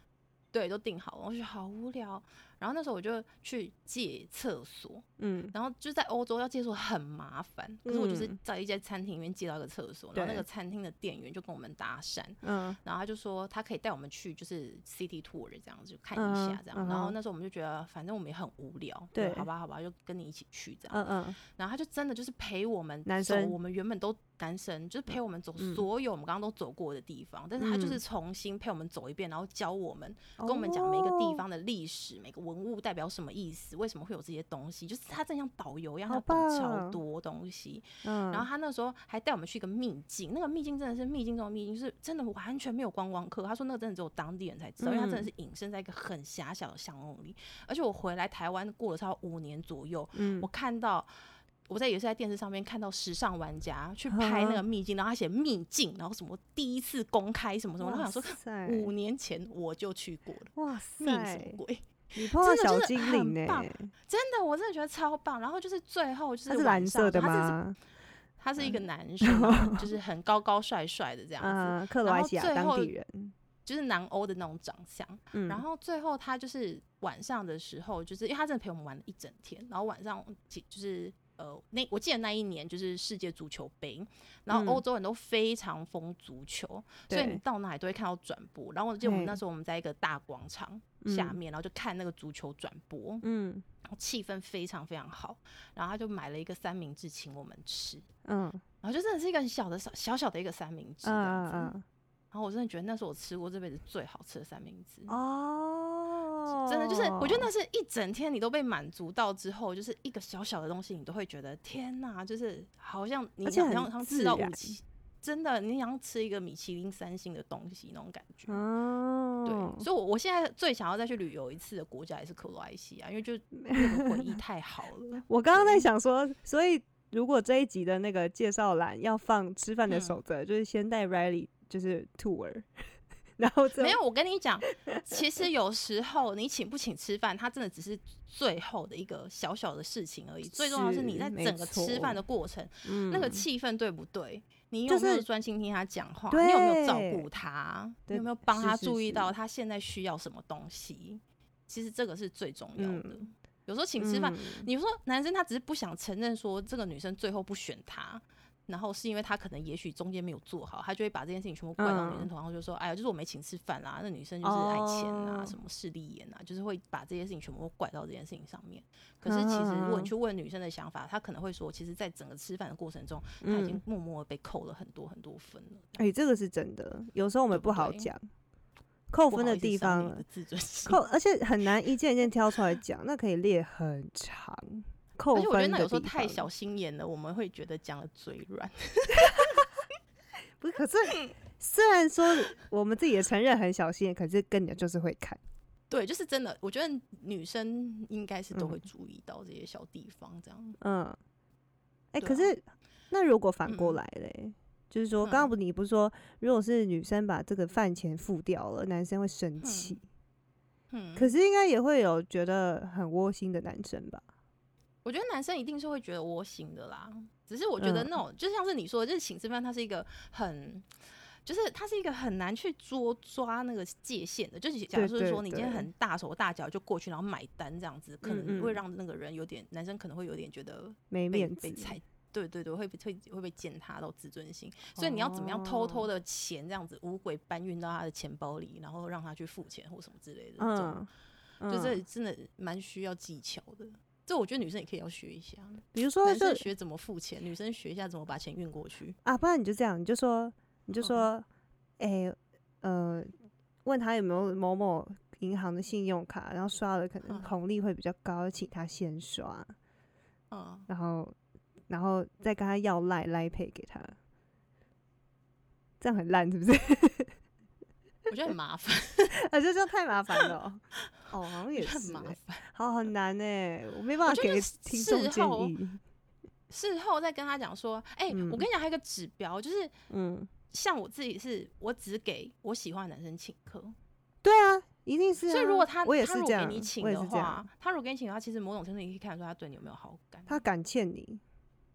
S2: 对都订好了，我就觉得好无聊。然后那时候我就去借厕所，
S1: 嗯
S2: 然后就在欧洲要借厕所很麻烦，可是我就是
S1: 嗯
S2: 在一家餐厅里面借到一个厕所，然
S1: 对
S2: 后那个餐厅的店员就跟我们搭讪，
S1: 嗯
S2: 然后他就说他可以带我们去就是 city tour 这样子就看
S1: 嗯
S2: 一
S1: 哼
S2: 下这样。
S1: 嗯
S2: 然后
S1: 哼
S2: 那时候我们就觉得反正我们也很无聊，
S1: 对
S2: 好吧好吧，就跟你一起去这样。
S1: 嗯嗯，
S2: 然后他就真的就是陪我们
S1: 男
S2: 走
S1: 生
S2: 我们原本都单身，就是陪我们走
S1: 嗯
S2: 所有我们刚刚都走过的地方，但是他就是
S1: 嗯
S2: 重新陪我们走一遍，然后教我们跟我们讲每一个地
S1: 哦，
S2: 方的历史、每个文物代表什么意思，为什么会有这些东西，就是他真的像导游一样，
S1: 好
S2: 他懂
S1: 棒
S2: 超多东西。
S1: 嗯，
S2: 然后他那时候还带我们去一个秘境，那个秘境真的是秘境中的秘境，就是真的完全没有观光客。他说那个真的只有当地人才知道，因为他真
S1: 嗯
S2: 的是隐身在一个很狭小的巷弄里。而且我回来台湾过了差不多五年左右，
S1: 嗯
S2: 我看到。我在也是在电视上面看到时尚玩家去拍那
S1: 啊
S2: 个秘境，然后他写秘境，然后什么第一次公开什么什么，然后
S1: 哇
S2: 想说
S1: 塞，
S2: 五年前我就去过了，
S1: 哇
S2: 命什么
S1: 塞，
S2: 鬼？ *laughs*
S1: 你碰到
S2: 真的
S1: 小
S2: 就是
S1: 精
S2: 很
S1: 灵欸呢
S2: 棒？真的，我真的觉得超棒。然后就是最后就是
S1: 它是
S2: 晚
S1: 蓝
S2: 上
S1: 色的
S2: 他真是
S1: 吗？
S2: 他是一个男生啊，
S1: *laughs*
S2: 就是很高高帅帅的这样子，
S1: 嗯嗯，克罗
S2: 然
S1: 埃
S2: 后
S1: 西亚
S2: 最
S1: 当
S2: 后
S1: 地人，
S2: 就是南欧的那种长相。
S1: 嗯，
S2: 然后最后他就是晚上的时候，就是因为他真的陪我们玩了一整天，然后晚上其就是。呃，那我记得那一年就是世界足球杯，然
S1: 嗯
S2: 后欧洲人都非常疯足球，所以
S1: 对
S2: 你到哪里都会看到转播。然后我记得我
S1: 嘿
S2: 们那时候我们在一个大广场下
S1: 嗯
S2: 面，然后就看那个足球转播，
S1: 嗯
S2: 然后气氛非常非常好。然后他就买了一个三明治请我们吃，
S1: 嗯
S2: 然后就真的是一个很小的小小小的一个三明治这
S1: 嗯
S2: 样子。
S1: 嗯
S2: 然后我真的觉得那是我吃过这辈子最好吃的三明治。
S1: 嗯，哦，
S2: 真的就是，我觉得那是一整天你都被满足到之后，就是一个小小的东西，你都会觉得天哪，就是好像你
S1: 而且
S2: 好
S1: 很
S2: 像好像
S1: 自
S2: 吃到
S1: 然
S2: 五七，真的你想吃一个米其林三星的东西那种感觉。对，
S1: 哦，
S2: 所以我，我现在最想要再去旅游一次的国家也是克罗埃西亚，因为就那个回忆太好了。
S1: 我刚刚在
S2: 对
S1: 想说，所以如果这一集的那个介绍栏要放吃饭的
S2: 嗯
S1: 守则，就是先带 Riley 就是 tour，然 *laughs* 后最后
S2: 没有，我跟你讲，其实有时候你请不请吃饭，它真的只是最后的一个小小的事情而已。最重要的是你在
S1: 没
S2: 整个吃饭
S1: 错
S2: 的过程，
S1: 嗯
S2: 那个气氛对不对？你
S1: 就
S2: 有没有
S1: 是
S2: 专心听他讲话？你有没有照
S1: 对
S2: 顾他？你
S1: 对
S2: 有没有帮
S1: 是
S2: 他
S1: 是
S2: 注意
S1: 是
S2: 到他现在需要什么东西？其实这个是最重要的。有时候请吃饭，
S1: 嗯
S2: 你说男生他只是不想承认说这个女生最后不选他，然后是因为他可能也许中间没有做好，他就会把这件事情全部怪到女
S1: 嗯
S2: 生头上，就说哎呀，就是我没请吃饭啊啦，那女生就是爱钱啊，
S1: 哦
S2: 什么势利眼啊，就是会把这些事情全部都怪到这件事情上面。可是其实如果
S1: 嗯
S2: 你去问女生的想法，她可能会说，其实在整个吃饭的过程中，她已经
S1: 嗯
S2: 默默地被扣了很多很多分了。
S1: 哎、这个是真的，有时候我们
S2: 对不
S1: 不好
S2: 对
S1: 讲，扣
S2: 不
S1: 分
S2: 好
S1: 的
S2: 意思
S1: 地
S2: 伤
S1: 方了
S2: 你的自尊心
S1: 扣，而且很难一件一件挑出来讲，那可以列很长。扣
S2: 而且我觉得
S1: 分
S2: 那
S1: 的
S2: 有时候
S1: 地
S2: 太
S1: 方，
S2: 小心眼了，我们会觉得讲的嘴软。
S1: 不是？可是
S2: 嗯
S1: 虽然说我们自己也承认很小心，可是跟你就是会看。
S2: 对，就是真的，我觉得女生应该是都会
S1: 嗯
S2: 注意到这些小地方，这样。
S1: 嗯，哎、
S2: 对
S1: 可
S2: 啊
S1: 是那如果反过
S2: 嗯
S1: 来嘞、就是说，刚刚
S2: 嗯
S1: 不你不是说，如果是女生把这个饭钱付掉了，男生会生
S2: 嗯
S1: 气，
S2: 嗯，
S1: 可是应该也会有觉得很窝心的男生吧？
S2: 我觉得男生一定是会觉得窝心的啦。只是我觉得
S1: 嗯
S2: 那种，就像是你说的，就是请吃饭，它是一个很。就是它是一个很难去捉抓那个界限的，就是假如
S1: 对
S2: 说
S1: 对
S2: 说你今天
S1: 对
S2: 很大手大脚就过去，然后买单这样子，可
S1: 嗯嗯
S2: 能会让那个人有点，男生可能会有点觉得
S1: 没
S2: 被
S1: 面子
S2: 被，踩，对对对，会被会会被践踏到自尊心，所以你要怎么样偷
S1: 哦
S2: 偷的钱这样子五鬼搬运到他的钱包里，然后让他去付钱或什么之类的，这种
S1: 嗯，
S2: 就
S1: 嗯
S2: 这真的蛮需要技巧的。这我觉得女生也可以要学一下，
S1: 比如说
S2: 男
S1: 就
S2: 生学怎么付钱，女生学一下怎么把钱运过去。
S1: 啊，不然你就这样，你就说，你就
S2: 嗯
S1: 说，哎、呃，问他有没有某某银行的信用卡，然后刷了可能
S2: 嗯
S1: 红利会比较高，请他先刷，
S2: 嗯，
S1: 然后然后再跟他要赖赖配给他，这样很烂是不是？ *laughs*
S2: 我觉得很麻烦，
S1: 啊，就这样太麻烦了哦。哦，好像也
S2: *laughs* 很
S1: 是、
S2: 麻
S1: 欸，
S2: 烦。
S1: 好很难哎、我没办法
S2: 觉得
S1: 给
S2: 是
S1: 听
S2: 事
S1: 众建
S2: 后
S1: 议。
S2: 事后再跟他讲说，哎、我跟你讲，还有一个指标，就是
S1: 嗯，
S2: 像我自己是，我只给我喜欢的男生请客，
S1: 对啊，一定是、啊。
S2: 所以如果他
S1: 我也
S2: 他
S1: 是
S2: 如
S1: 这
S2: 果给
S1: 样，
S2: 你请
S1: 我也
S2: 的
S1: 是这样
S2: 话，，他如果给你请的话，其实某种程度你可以看得出他对你有没有好感。
S1: 他敢欠你，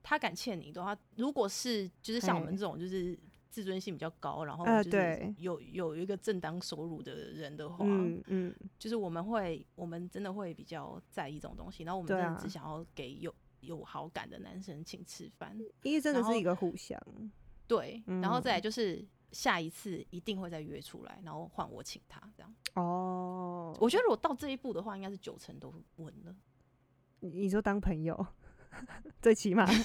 S2: 他敢欠你的话，如果是就是像我们
S1: 嘿
S2: 这种就是自尊心比较高，然后
S1: 呃
S2: 就是
S1: 对
S2: 有有一个正当收入的人的话，
S1: 嗯嗯，
S2: 就是我们会我们真的会比较在意这种东西，然后我们
S1: 对
S2: 真
S1: 啊
S2: 的只想要给有有好感的男生请吃饭，
S1: 因为真的
S2: 然
S1: 是一
S2: 后
S1: 个互相，
S2: 对，然后
S1: 嗯
S2: 再来就是下一次一定会再约出来，然后换我请他这样。
S1: 哦，
S2: 我觉得如果到这一步的话，应该是九成都稳了。
S1: 你你说当朋友， *laughs* 最起
S2: *laughs*
S1: 码 *laughs*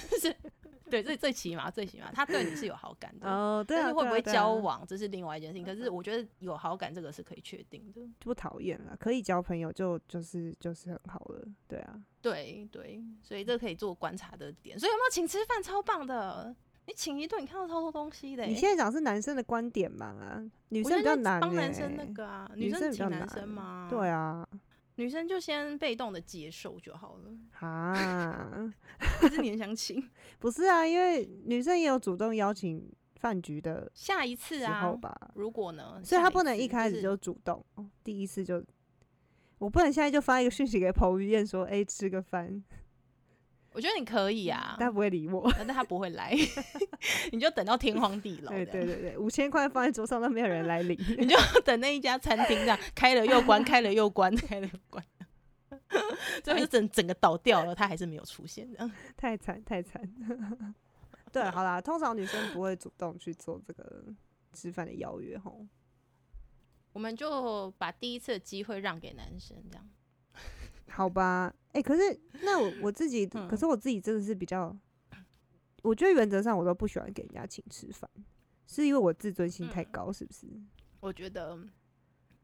S2: 对，最最起码最起码他对你是有好感的。
S1: 哦，对
S2: 但
S1: 啊，
S2: 是会
S1: 对啊嗯
S2: 不会
S1: 对
S2: 交
S1: 啊
S2: 往，这是另外一件事情。可是我觉得有好感这个是可以确定的。
S1: 就不讨厌了，可以交朋友就就是就是很好了，对啊，
S2: 对对，所以这可以做观察的点。所以有没有请吃饭超棒的？你请一顿，你看到超多东西的欸、
S1: 你现在讲是男生的观点嘛，女
S2: 我
S1: 生比较
S2: 觉得
S1: 难、欸，
S2: 帮男生那个啊，
S1: 女
S2: 生
S1: 比
S2: 请
S1: 较
S2: 男
S1: 难
S2: 生嘛，
S1: 对，啊，
S2: 女生就先被动的接受就好了。
S1: 啊，
S2: 可是你很想请，
S1: *laughs*
S2: *laughs*
S1: 不是啊，因为女生也有主动邀请饭局的
S2: 下一次
S1: 时
S2: 啊
S1: 候，吧，
S2: 如果呢，
S1: 所以
S2: 下
S1: 她不能
S2: 次
S1: 一开始
S2: 是
S1: 就主动，哦第一次就，我不能现在就发一个讯息给彭于晏说，哎、吃个饭，
S2: 我觉得你可以啊，
S1: 他不会理我，
S2: 但他不会来， *laughs* 你就等到天荒地老，
S1: 对对，对对，五千块放在桌上都没有人来领，
S2: *laughs* 你就等那一家餐厅
S1: *laughs*
S2: 这样开了又关，开了又关，开了又关，最
S1: 哎
S2: 后就整整个倒掉了，他还是没有出现这样。
S1: 太惨太惨。 *laughs* 对，好啦，通常女生不会主动去做这个吃饭的邀约吼。
S2: 我们就把第一次的机会让给男生，这样
S1: 好吧，哎、可是那我我自己，
S2: 嗯
S1: 可是我自己真的是比较，我觉得原则上我都不喜欢给人家请吃饭，是因为我自尊心太
S2: 嗯
S1: 高，是不是？
S2: 我觉得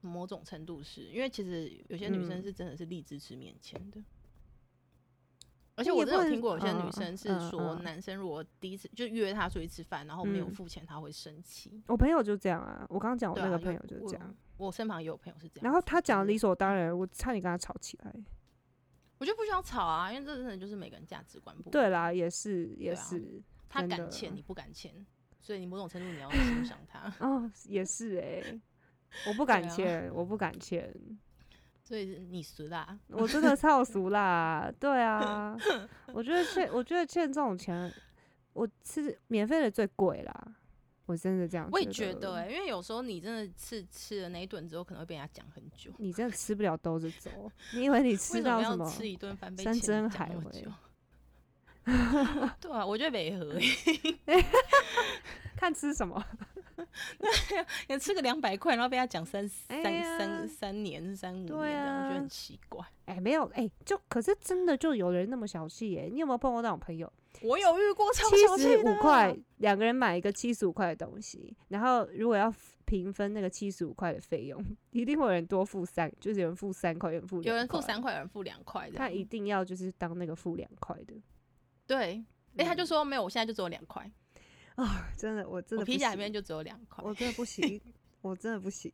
S2: 某种程度是因为其实有些女生
S1: 嗯
S2: 是真的是立志吃面前的。而且
S1: 你
S2: 我
S1: 也
S2: 真
S1: 不
S2: 的有
S1: 能
S2: 听过有些女
S1: 嗯
S2: 生是
S1: 嗯
S2: 说，
S1: 嗯
S2: 男生如果第一次就约她出去吃饭，然后没有
S1: 嗯
S2: 付钱，她会生气。
S1: 我朋友就这样啊，我刚刚讲我
S2: 对
S1: 那个
S2: 啊
S1: 朋
S2: 有
S1: 友就是这样，
S2: 我身旁也有朋友是这样子，
S1: 然后他讲
S2: 就
S1: 得
S2: 是
S1: 理所当然，我差点跟他吵起来。
S2: 我觉得不需要吵啊，因为这真的就是每个人价值观不一样。
S1: 对啦，也是也
S2: 对啊
S1: 是，
S2: 他
S1: 真的
S2: 敢欠你不敢欠，所以你某种程度你要欣赏他。 *laughs*
S1: 哦，也是哎、我不
S2: 对
S1: 敢
S2: 啊
S1: 签，我不敢
S2: *laughs*
S1: 签。
S2: 所以你死啦，
S1: 我真的超俗啦，对
S2: *laughs*
S1: 啊，我觉得欠，我觉得欠这种钱，我吃免费的最贵啦，我真的这样，
S2: 我也觉得、欸，因为有时候你真的是吃了那一顿之后，可能会被人家讲很久。
S1: 你真的吃不了兜着走，你以为你吃
S2: 欸 *laughs* 为什
S1: 到
S2: 么
S1: 什
S2: 要
S1: 么？
S2: 吃一顿饭被
S1: 山
S2: 欠
S1: 珍
S2: 你讲那
S1: 海
S2: 么
S1: 味 *laughs*
S2: 久？对啊，我觉得没合欸，
S1: 看吃什
S2: *laughs*
S1: 么？
S2: 你 *laughs* 吃个两百块，然后被他讲三三
S1: 哎呀
S2: 三三年三五年，这
S1: 对
S2: 样我觉
S1: 啊
S2: 得很奇怪。
S1: 哎、没有，哎、就可是真的就有人那么小气耶、你有没有碰过那种朋友？
S2: 我有遇过超小
S1: 七
S2: 气
S1: 十
S2: 的
S1: 五块，两个人买一个七十五块的东西，然后如果要平分那个七十五块的费用，一定会有人多付三，就是有人付三块，有人付
S2: 有人
S1: 两
S2: 付
S1: 块
S2: 三块，有人付两块的。
S1: 他一定要就是当那个付两块的。
S2: 对，哎，他就
S1: 嗯
S2: 说没有，我现在就只有两块，
S1: 真的，我真
S2: 我
S1: 的
S2: 皮夹里面
S1: 就
S2: 就只有两块。
S1: 我真的不行，我真的不
S2: *laughs*
S1: 行，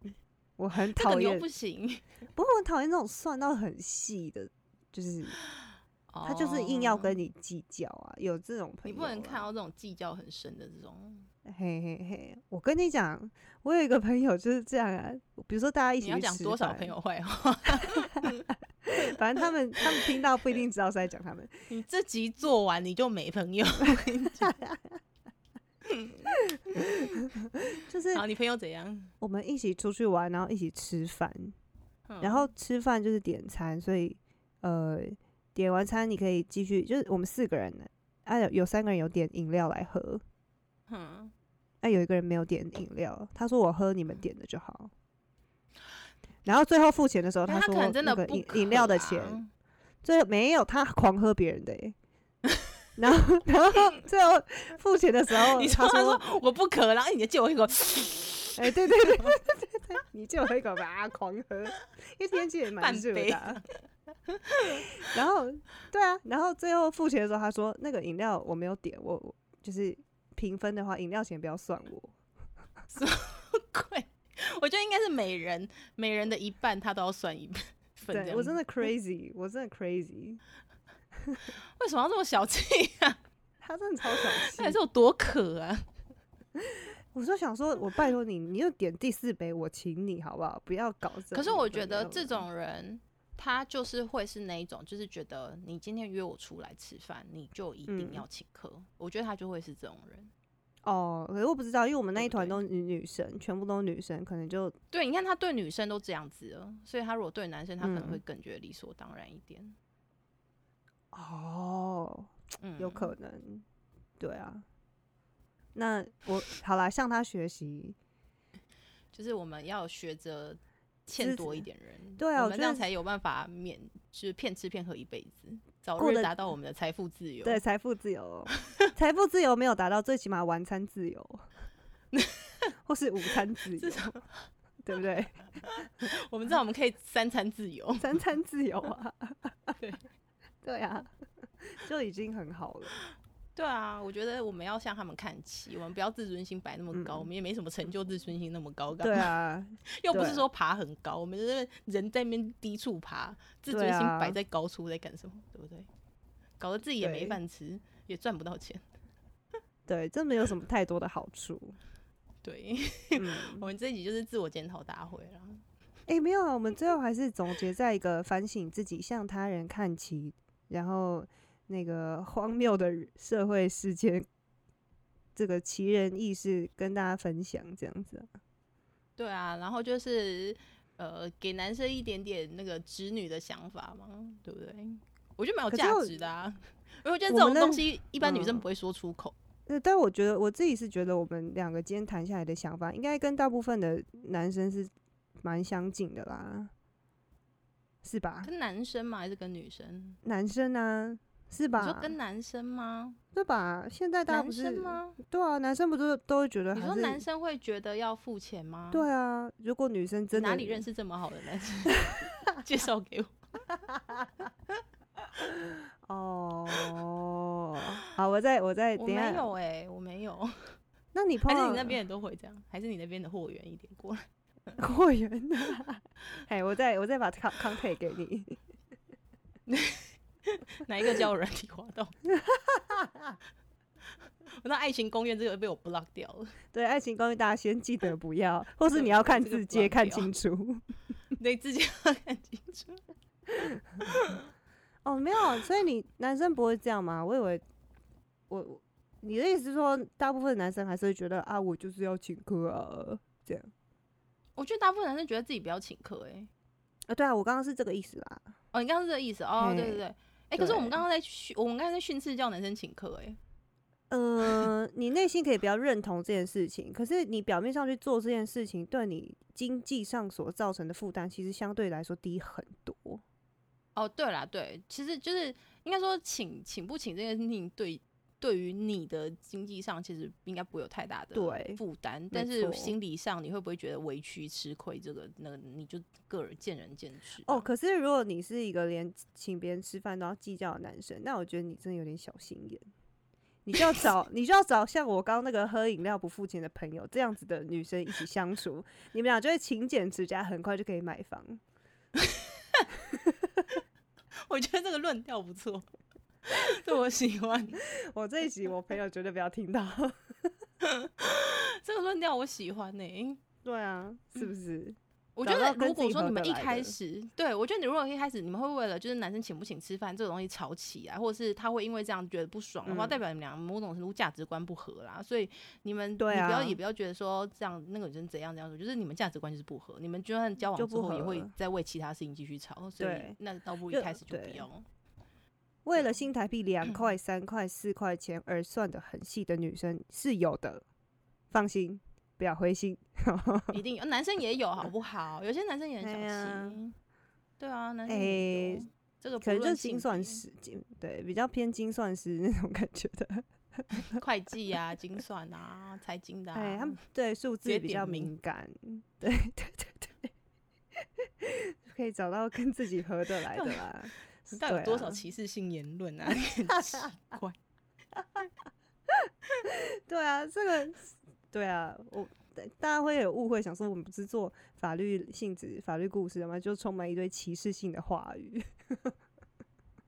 S1: 我很
S2: 这个
S1: 讨
S2: 你又
S1: 厌。
S2: 不行，
S1: 不过我很讨厌那种算到很细的，就是他就是硬要
S2: 哦
S1: 跟你计较啊，有这种朋
S2: 你
S1: 友、啊
S2: 不能看。到这种计较很深的这种。
S1: 嘿嘿嘿，我跟你讲，我有一个朋友就是这样啊，比如说大家一起
S2: 你要
S1: 去
S2: 讲
S1: 吃
S2: 多少
S1: 饭
S2: 朋，友坏话？
S1: 反正他们他们听到不一定知道是在讲他们。
S2: 你这集做完你就没朋友。
S1: 就是
S2: 好，你朋友怎样？
S1: 我们一起出去玩，然后一起吃饭，
S2: 嗯
S1: 然后吃饭就是点餐，所以呃，点完餐你可以继续，就是我们四个人呢，啊有有三个人有点饮料来喝，
S2: 嗯，
S1: 啊有一个人没有点饮料，他说我喝你们点的就好。然后最后付钱的时候，
S2: 但他
S1: 说
S2: 可能真的
S1: 那个
S2: 不
S1: 饮
S2: 渴
S1: 饮料的
S2: 啊
S1: 钱，最后没有他狂喝别人的、
S2: *laughs*
S1: 欸，然后然后最后付钱的时候，
S2: 你
S1: 他
S2: 说他
S1: 说
S2: 说我不渴，然后你就借我一口，
S1: 哎、对对对对对对，你就喝一口吧，啊狂喝，因为天气也蛮
S2: 半
S1: 热
S2: 杯
S1: 的啊。然后，对啊，然后最后付钱的时候，他说那个饮料我没有点，我我就是平分的话，饮料钱不要算我。
S2: 贵。我觉得应该是每人每人的一半， *laughs* 他都要算一份这
S1: 对
S2: 样。
S1: 我真的 crazy，我真的 crazy，
S2: 为什么要这么
S1: *laughs*
S2: 小气啊？
S1: 他真的超
S2: *laughs*
S1: 小
S2: 他也
S1: 气
S2: 是。有多渴啊？
S1: 我就想说，我拜托你，你就点第四杯，我请你好不好？不要搞这种有的没有的。
S2: 可是我觉得这种人，他就是会是那一种，就是觉得你今天约我出来吃饭，你就一定
S1: 嗯
S2: 要请客。我觉得他就会是这种人。
S1: 哦，可是我不知道，因为我们那
S2: 对
S1: 一
S2: 不
S1: 团
S2: 对
S1: 都是女女生，全部都是女生，可能就
S2: 对，你看他对女生都这样子了，所以他如果对男生，他可能会
S1: 嗯
S2: 更觉得理所当然一点。
S1: 哦，
S2: 嗯，
S1: 有可能，对啊。那我好啦，向他学习。
S2: 就是我们要学着
S1: 知
S2: 欠多一
S1: 足
S2: 点人，
S1: 对啊
S2: 我
S1: 我
S2: 们
S1: 觉
S2: 这样
S1: 得
S2: 才有办法免就是骗吃骗喝一辈子，早
S1: 过
S2: 日
S1: 得
S2: 达到我们的财富自由。
S1: 对，，财富自由，财富自由没有达到，最起码晚餐自
S2: *laughs*
S1: 由，或是午餐自由
S2: 至，少
S1: 对不对？ *laughs*
S2: 我们知道我们可以三餐自由。
S1: 三餐自由啊，
S2: *laughs* 对，
S1: 对啊，就已经很好了。
S2: 对啊，我觉得我们要向他们看齐，我们不要自尊心摆那么高，
S1: 嗯
S2: 我们也没什么成就，自尊心那么高干
S1: 对
S2: 嘛，
S1: 啊，
S2: 又不
S1: 对
S2: 是说爬很高，我们就是人在那边低处爬，自尊
S1: 对
S2: 心
S1: 啊
S2: 摆在高处在干什么？对不对？搞得自己也没
S1: 对
S2: 饭吃，也赚不到钱。
S1: *laughs* 对，这没有什么太多的好处。
S2: 对，
S1: 嗯，
S2: *laughs* 我们这一集就是自我检讨大会啦。
S1: 哎、没有啊，我们最后还是总结在一个反省自己，向他人看齐，然后那个荒谬的社会事件，这个奇人异事跟大家分享，这样子啊、
S2: 对啊，然后就是呃，给男生一点点那个直女的想法嘛，对不对？我觉得蛮有
S1: 可是
S2: 价
S1: 我
S2: 值的啊，因为我觉得这
S1: 我
S2: 种
S1: 们的
S2: 东西一般女生
S1: 嗯
S2: 不会说出口。
S1: 呃，但我觉得我自己是觉得，我们两个今天谈下来的想法，应该跟大部分的男生是蛮相近的啦，是吧？
S2: 跟男生吗？还是跟女生？
S1: 男生啊，是
S2: 你说
S1: 吧？
S2: 跟男生吗？
S1: 对吧？现在大家不
S2: 男
S1: 是
S2: 生吗？
S1: 对啊，男生不都都会觉得
S2: 你
S1: 还
S2: 说
S1: 是
S2: 男生会觉得要付钱吗？
S1: 对啊，如果女生真的
S2: 哪里认识这么好的
S1: *laughs*
S2: 男生？介绍给我。
S1: 哦，好，我再我再
S2: 我
S1: 等一
S2: 没
S1: 下，啊
S2: 有哎、我没有。
S1: 那你碰
S2: 还是
S1: 到
S2: 你
S1: *laughs*
S2: 那边的都会这样？还是你那边的货源一点过来？
S1: 货源的？哎，我再我再把 con contact 给你。
S2: 哪一个叫软体滑动？我 *laughs* 那爱情公寓这个被我 block 掉了，
S1: 对，爱情公寓大家先记得不要，或是你要看
S2: 这个
S1: 字
S2: 不
S1: 节
S2: 要
S1: 看
S2: 不要
S1: 清楚。
S2: 你自己 *laughs* 要看清楚。
S1: *laughs* 哦，没有，所以你男生不会这样吗？我以为我我你的意思是说，大部分男生还是会觉得啊，我就是要请客啊，这样
S2: 我觉得大部分男生觉得自己不要请客哎、
S1: 啊？对啊，我刚刚是这个意思啦。
S2: 哦，你刚刚是这个意思哦，对
S1: 嘿
S2: 对对。哎、可是我们
S1: 对
S2: 刚刚在训，我们刚才在训斥叫男生请客哎、
S1: 呃，你内心可以比较认同这件事情，可是你表面上去做这件事情，对你经济上所造成的负担，其实相对来说低很多。
S2: 哦，对啦，对，其实就是应该说请请不请这件事情对。对于你的经济上，其实应该不会有太大的
S1: 对
S2: 负担，但
S1: 没
S2: 是
S1: 错
S2: 心理上你会不会觉得委屈、吃亏？这个那个你就个人见仁见智啊。
S1: 哦，可是如果你是一个连请别人吃饭都要计较的男生，那我觉得你真的有点小心眼。你就要找，你就要找像我刚刚那个喝饮料不付钱的朋友这样子的女生一起相处，你们俩就会勤俭持家，很快就可以买房。 *laughs*
S2: 我觉得这个论调不错， *laughs* 这我喜欢。
S1: 我这一集我朋友绝对不要听到。 *laughs*
S2: 这个论调我喜欢呢、
S1: 对啊，是不是？
S2: 我
S1: 找
S2: 觉
S1: 到
S2: 得
S1: 跟
S2: 如
S1: 自
S2: 果
S1: 己
S2: 说
S1: 合
S2: 你们
S1: 得
S2: 一
S1: 来
S2: 开
S1: 的
S2: 始，对我觉得你如果一开始你们会为了就是男生请不请吃饭这个东西吵起来，或者是他会因为这样觉得不爽的话，
S1: 嗯
S2: 代表你们俩某种程度价值观不合啦。所以你们
S1: 对
S2: 你不要
S1: 啊
S2: 也不要觉得说这样那个女生怎样怎样说，就是你们价值观就是不合，你们就算交
S1: 就
S2: 往之
S1: 不
S2: 后也
S1: 合
S2: 会
S1: 了
S2: 再为其他事情继续吵，所以
S1: 对
S2: 那倒不如一
S1: 就
S2: 开始就不
S1: 对
S2: 要。
S1: 为了新台币
S2: 嗯
S1: 两块、三块、四块钱而算的很细的女生是有的，放心，不要灰心。
S2: 一定有男生也有，好不好？有些男生也很小
S1: 哎呀
S2: 气。对啊，男生也有
S1: 哎
S2: 这个
S1: 可
S2: 不
S1: 能
S2: 论
S1: 就是
S2: 性
S1: 精算
S2: 别
S1: 师，精对比较偏精算师那种感觉的。
S2: 会计啊、精算啊、财经的、
S1: *laughs*
S2: 啊，
S1: 哎，他们对数
S2: 直接
S1: 字比
S2: 点
S1: 较
S2: 名
S1: 敏感，对对对对， *laughs* 可以找到跟自己合得来的啦。
S2: 你 *laughs* 到底有
S1: 对
S2: 多少
S1: 啊
S2: 歧视性言论
S1: *laughs*
S2: 啊？很奇 *laughs* 怪。
S1: 对啊，这个对啊，我大家会有误会，想说我们不是做法律性质、法律故事的吗？就充满一堆歧视性的话语。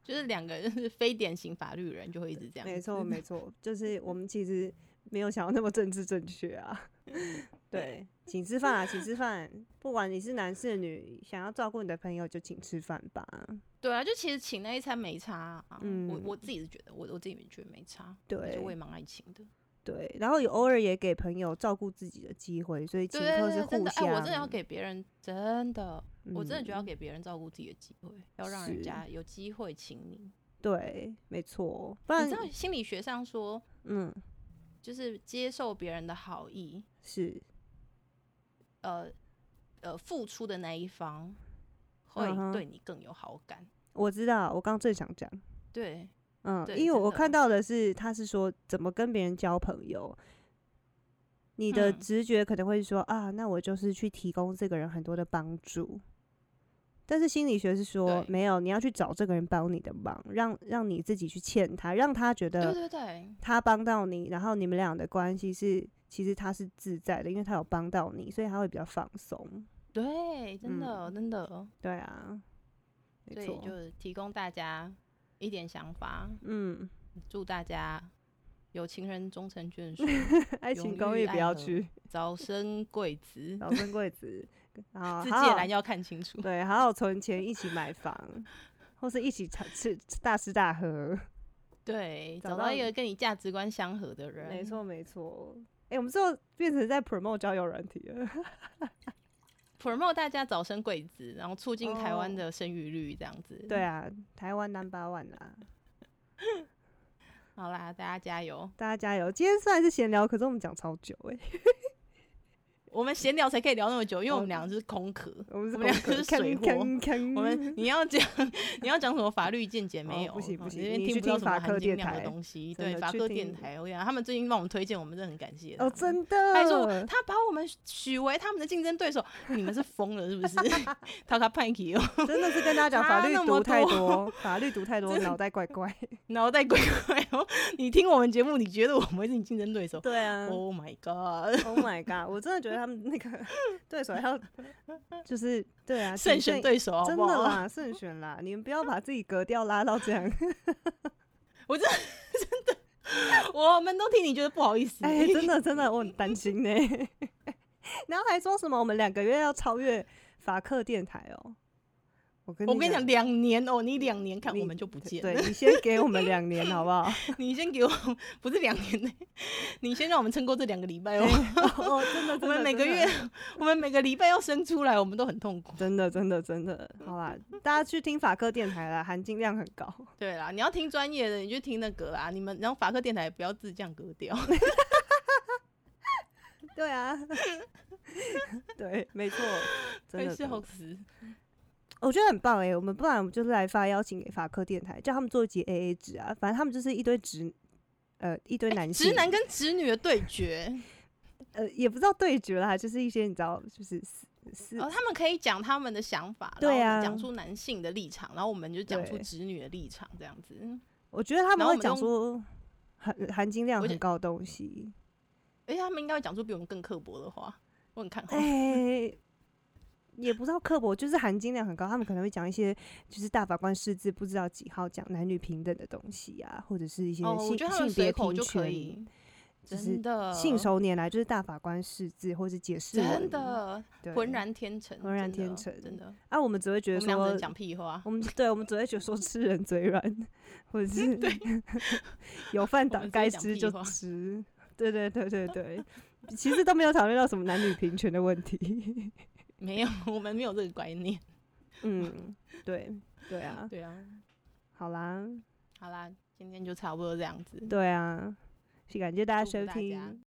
S2: 就是两个就是非典型法律人就会一直这样子，
S1: 没错，没错，就是我们其实没有想要那么政治正确啊。
S2: 嗯
S1: 对，请吃饭啊，请吃饭，不管你是男是女，想要照顾你的朋友就请吃饭吧。
S2: 对啊，就其实请那一餐没差啊，
S1: 嗯
S2: 我我自己是觉得，我我自己觉得没差，而且
S1: 对
S2: 我也蛮爱请的，
S1: 对，然后有偶尔也给朋友照顾自己的机会，所以请
S2: 对对
S1: 客是
S2: 对，真
S1: 互
S2: 的，哎、
S1: 相。
S2: 我真的要给别人，真的，我真的觉得要
S1: 嗯
S2: 给别人照顾自己的机会，要让人
S1: 是
S2: 家有机会请你。
S1: 对，没错，不
S2: 你
S1: 然
S2: 知道心理学上说，
S1: 嗯
S2: 就是接受别人的好意，
S1: 是
S2: 呃呃，付出的那一方会
S1: 嗯哼
S2: 对你更有好感。
S1: 我知道，我刚正想讲。
S2: 对，
S1: 嗯，
S2: 对
S1: 因为
S2: 真
S1: 我
S2: 的
S1: 看到的是，他是说怎么跟别人交朋友，你的
S2: 嗯
S1: 直觉可能会说、啊，那我就是去提供这个人很多的帮助，但是心理学是说
S2: 对
S1: 没有，你要去找这个人帮你的忙，让让你自己去欠他，让他觉
S2: 对
S1: 得
S2: 对对，
S1: 他帮到你，然后你们俩的关系是其实他是自在的，因为他有帮到你，所以他会比较放松。
S2: 对，真的、真的，
S1: 对啊，嗯没
S2: 所以
S1: 错，
S2: 就提供大家一点想法，
S1: 嗯， *laughs*
S2: 祝大家有情人终成眷
S1: *laughs*
S2: 属，
S1: 爱
S2: 永
S1: 情公
S2: 浴
S1: 寓不
S2: 爱
S1: 要
S2: 河
S1: 去，
S2: 早生贵
S1: *laughs*
S2: 子，
S1: 老生贵
S2: *laughs*
S1: 子，好，
S2: 自
S1: 好
S2: 己也
S1: 好
S2: 来要看清楚。
S1: 啊对，好好存钱，一起买房，或是一起吃吃大吃大喝。
S2: 对，
S1: 找
S2: 找
S1: 到
S2: 到一
S1: 你
S2: 个跟你价值观相合的人，
S1: 没。错，没错。哎、我们最后变成在 promote 交友软体了。 *laughs*
S2: promote 大家早生贵子，然后促进台湾
S1: 哦
S2: 的生育率，这样子。
S1: 对，啊，台湾 number one 啊啦，
S2: 好啦，大家加油！
S1: 大家加油！今天虽然是闲聊，可是我们讲超久哎、
S2: 我们闲聊才可以聊那么久，因为
S1: 哦
S2: 我们两个就是空壳。
S1: 我们是
S2: 我们
S1: 功
S2: 俩
S1: 课
S2: 是水货
S1: 锵锵
S2: *laughs* 我们你要讲你要讲什么法律见解
S1: 嗯哦
S2: 没有？
S1: 不行不
S2: 哦
S1: 行
S2: 你这边
S1: 你
S2: 听
S1: 去
S2: 不到
S1: 听
S2: 什么
S1: 法
S2: 含
S1: 科
S2: 金
S1: 电
S2: 量的
S1: 台
S2: 东西。
S1: 真
S2: 对，
S1: 的
S2: 法
S1: 去
S2: 科
S1: 听
S2: 电台，我跟你讲，他们最近帮我们推荐，我们真的很感谢他
S1: 哦，
S2: 们。
S1: 真
S2: 他还说
S1: 的，哦
S2: 他把我们许为他们的竞争对手，你们是疯了是不是？ *laughs* 他卡派克哦，
S1: 真的是跟大家讲
S2: *laughs* 差
S1: 法律
S2: 那么
S1: 读太
S2: 多
S1: 多，法律读太多，
S2: *laughs* 真的
S1: 脑袋怪怪。
S2: 脑袋鬼怪哦！你听我们节目，你觉得我们是你竞争对手
S1: 对啊
S2: ？Oh my god！
S1: Oh my god！我真的觉得他们那
S2: *laughs*
S1: 个对手要就是对啊，
S2: 慎
S1: 谨
S2: 选
S1: 慎
S2: 对手好
S1: 真
S2: 不
S1: 的
S2: 好？
S1: 啦，慎选啦，你们不要把自己格调拉到这
S2: *laughs*
S1: 样。
S2: 我们都替你觉得不好意思。
S1: 哎、真的真的，我很
S2: *laughs*
S1: 担心呢、 *laughs* 然后还说什么我们两个月要超越法克电台哦、我跟
S2: 我跟你讲，
S1: 讲，
S2: 两年哦，你两年看
S1: 你
S2: 我们就不见了。
S1: 对你先给我们两年好不好？
S2: *laughs* 你先给我， *laughs* 不是两年内，你先让我们撑过这两个礼拜哦。
S1: 哦，真的，真的
S2: 我们每个
S1: 真的
S2: 月， *laughs* 我们每个礼拜要生出来，我们都很痛苦。
S1: 真的真的真的，好啦，大家去听法克电台啦，含金量很高。
S2: *laughs*
S1: *laughs*
S2: 对啦，你要听专业的，你就听那个啦。你们，然后法克电台也不要自降格调。
S1: 对啊， *laughs* 对，没错，
S2: *laughs*
S1: 真的。
S2: 会
S1: 真的
S2: 笑死。
S1: 我觉得很棒哎、我们不然我们就是来发邀请给法科电台，叫他们做一集 AA 制啊，反正他们就是一堆直，呃，一堆男性，
S2: 哎直男跟直女的对决，
S1: 呃，也不知道对决啦，就是一些你知道，就是私私、
S2: 哦，他们可以讲他们的想法，然后
S1: 对啊
S2: 我们讲出男性的立场，然后我们就讲出
S1: 对
S2: 直女的立场，这样子。
S1: 我觉得他
S2: 然
S1: 们
S2: 后
S1: 会
S2: 我们
S1: 讲
S2: 用
S1: 出含含金量
S2: 我觉
S1: 很高的东
S2: *laughs*
S1: 西，
S2: 而且他们应该会讲出比我们更刻薄的话，我很看好。
S1: 哎、也不知道刻薄，就是含金量很高。他们可能会讲一些就是大法官释字不知道几号讲男女平等的东西啊，或者是一些
S2: 哦，我
S1: 性、
S2: 觉得他们
S1: 性别
S2: 随口
S1: 平
S2: 就可
S1: 权
S2: 以，，
S1: 就是
S2: 真的，
S1: 信手拈来，就是大法官释字或是解释文
S2: 真的
S1: 对
S2: 浑然天成，
S1: 浑然
S2: 真的哦
S1: 天成
S2: 真的。
S1: 啊，我们只会
S2: 我
S1: 觉得
S2: 们两个
S1: 说
S2: 人，讲屁话，
S1: 我们对我们只会觉得说吃人嘴软，或者是有饭
S2: 我
S1: 党
S2: 们只会
S1: 该
S2: 讲
S1: 吃
S2: 屁
S1: 就
S2: 话
S1: 吃，对对对对
S2: *laughs*
S1: 对，其实都没有讨论到什么男女平权的问题。
S2: 没有，我们没有这个观念。
S1: 嗯，对对啊，
S2: 对啊，
S1: 好啦，
S2: 好啦，今天就差不多这样子。
S1: 对啊，是感谢大家
S2: 祝福
S1: 收
S2: 大家
S1: 听。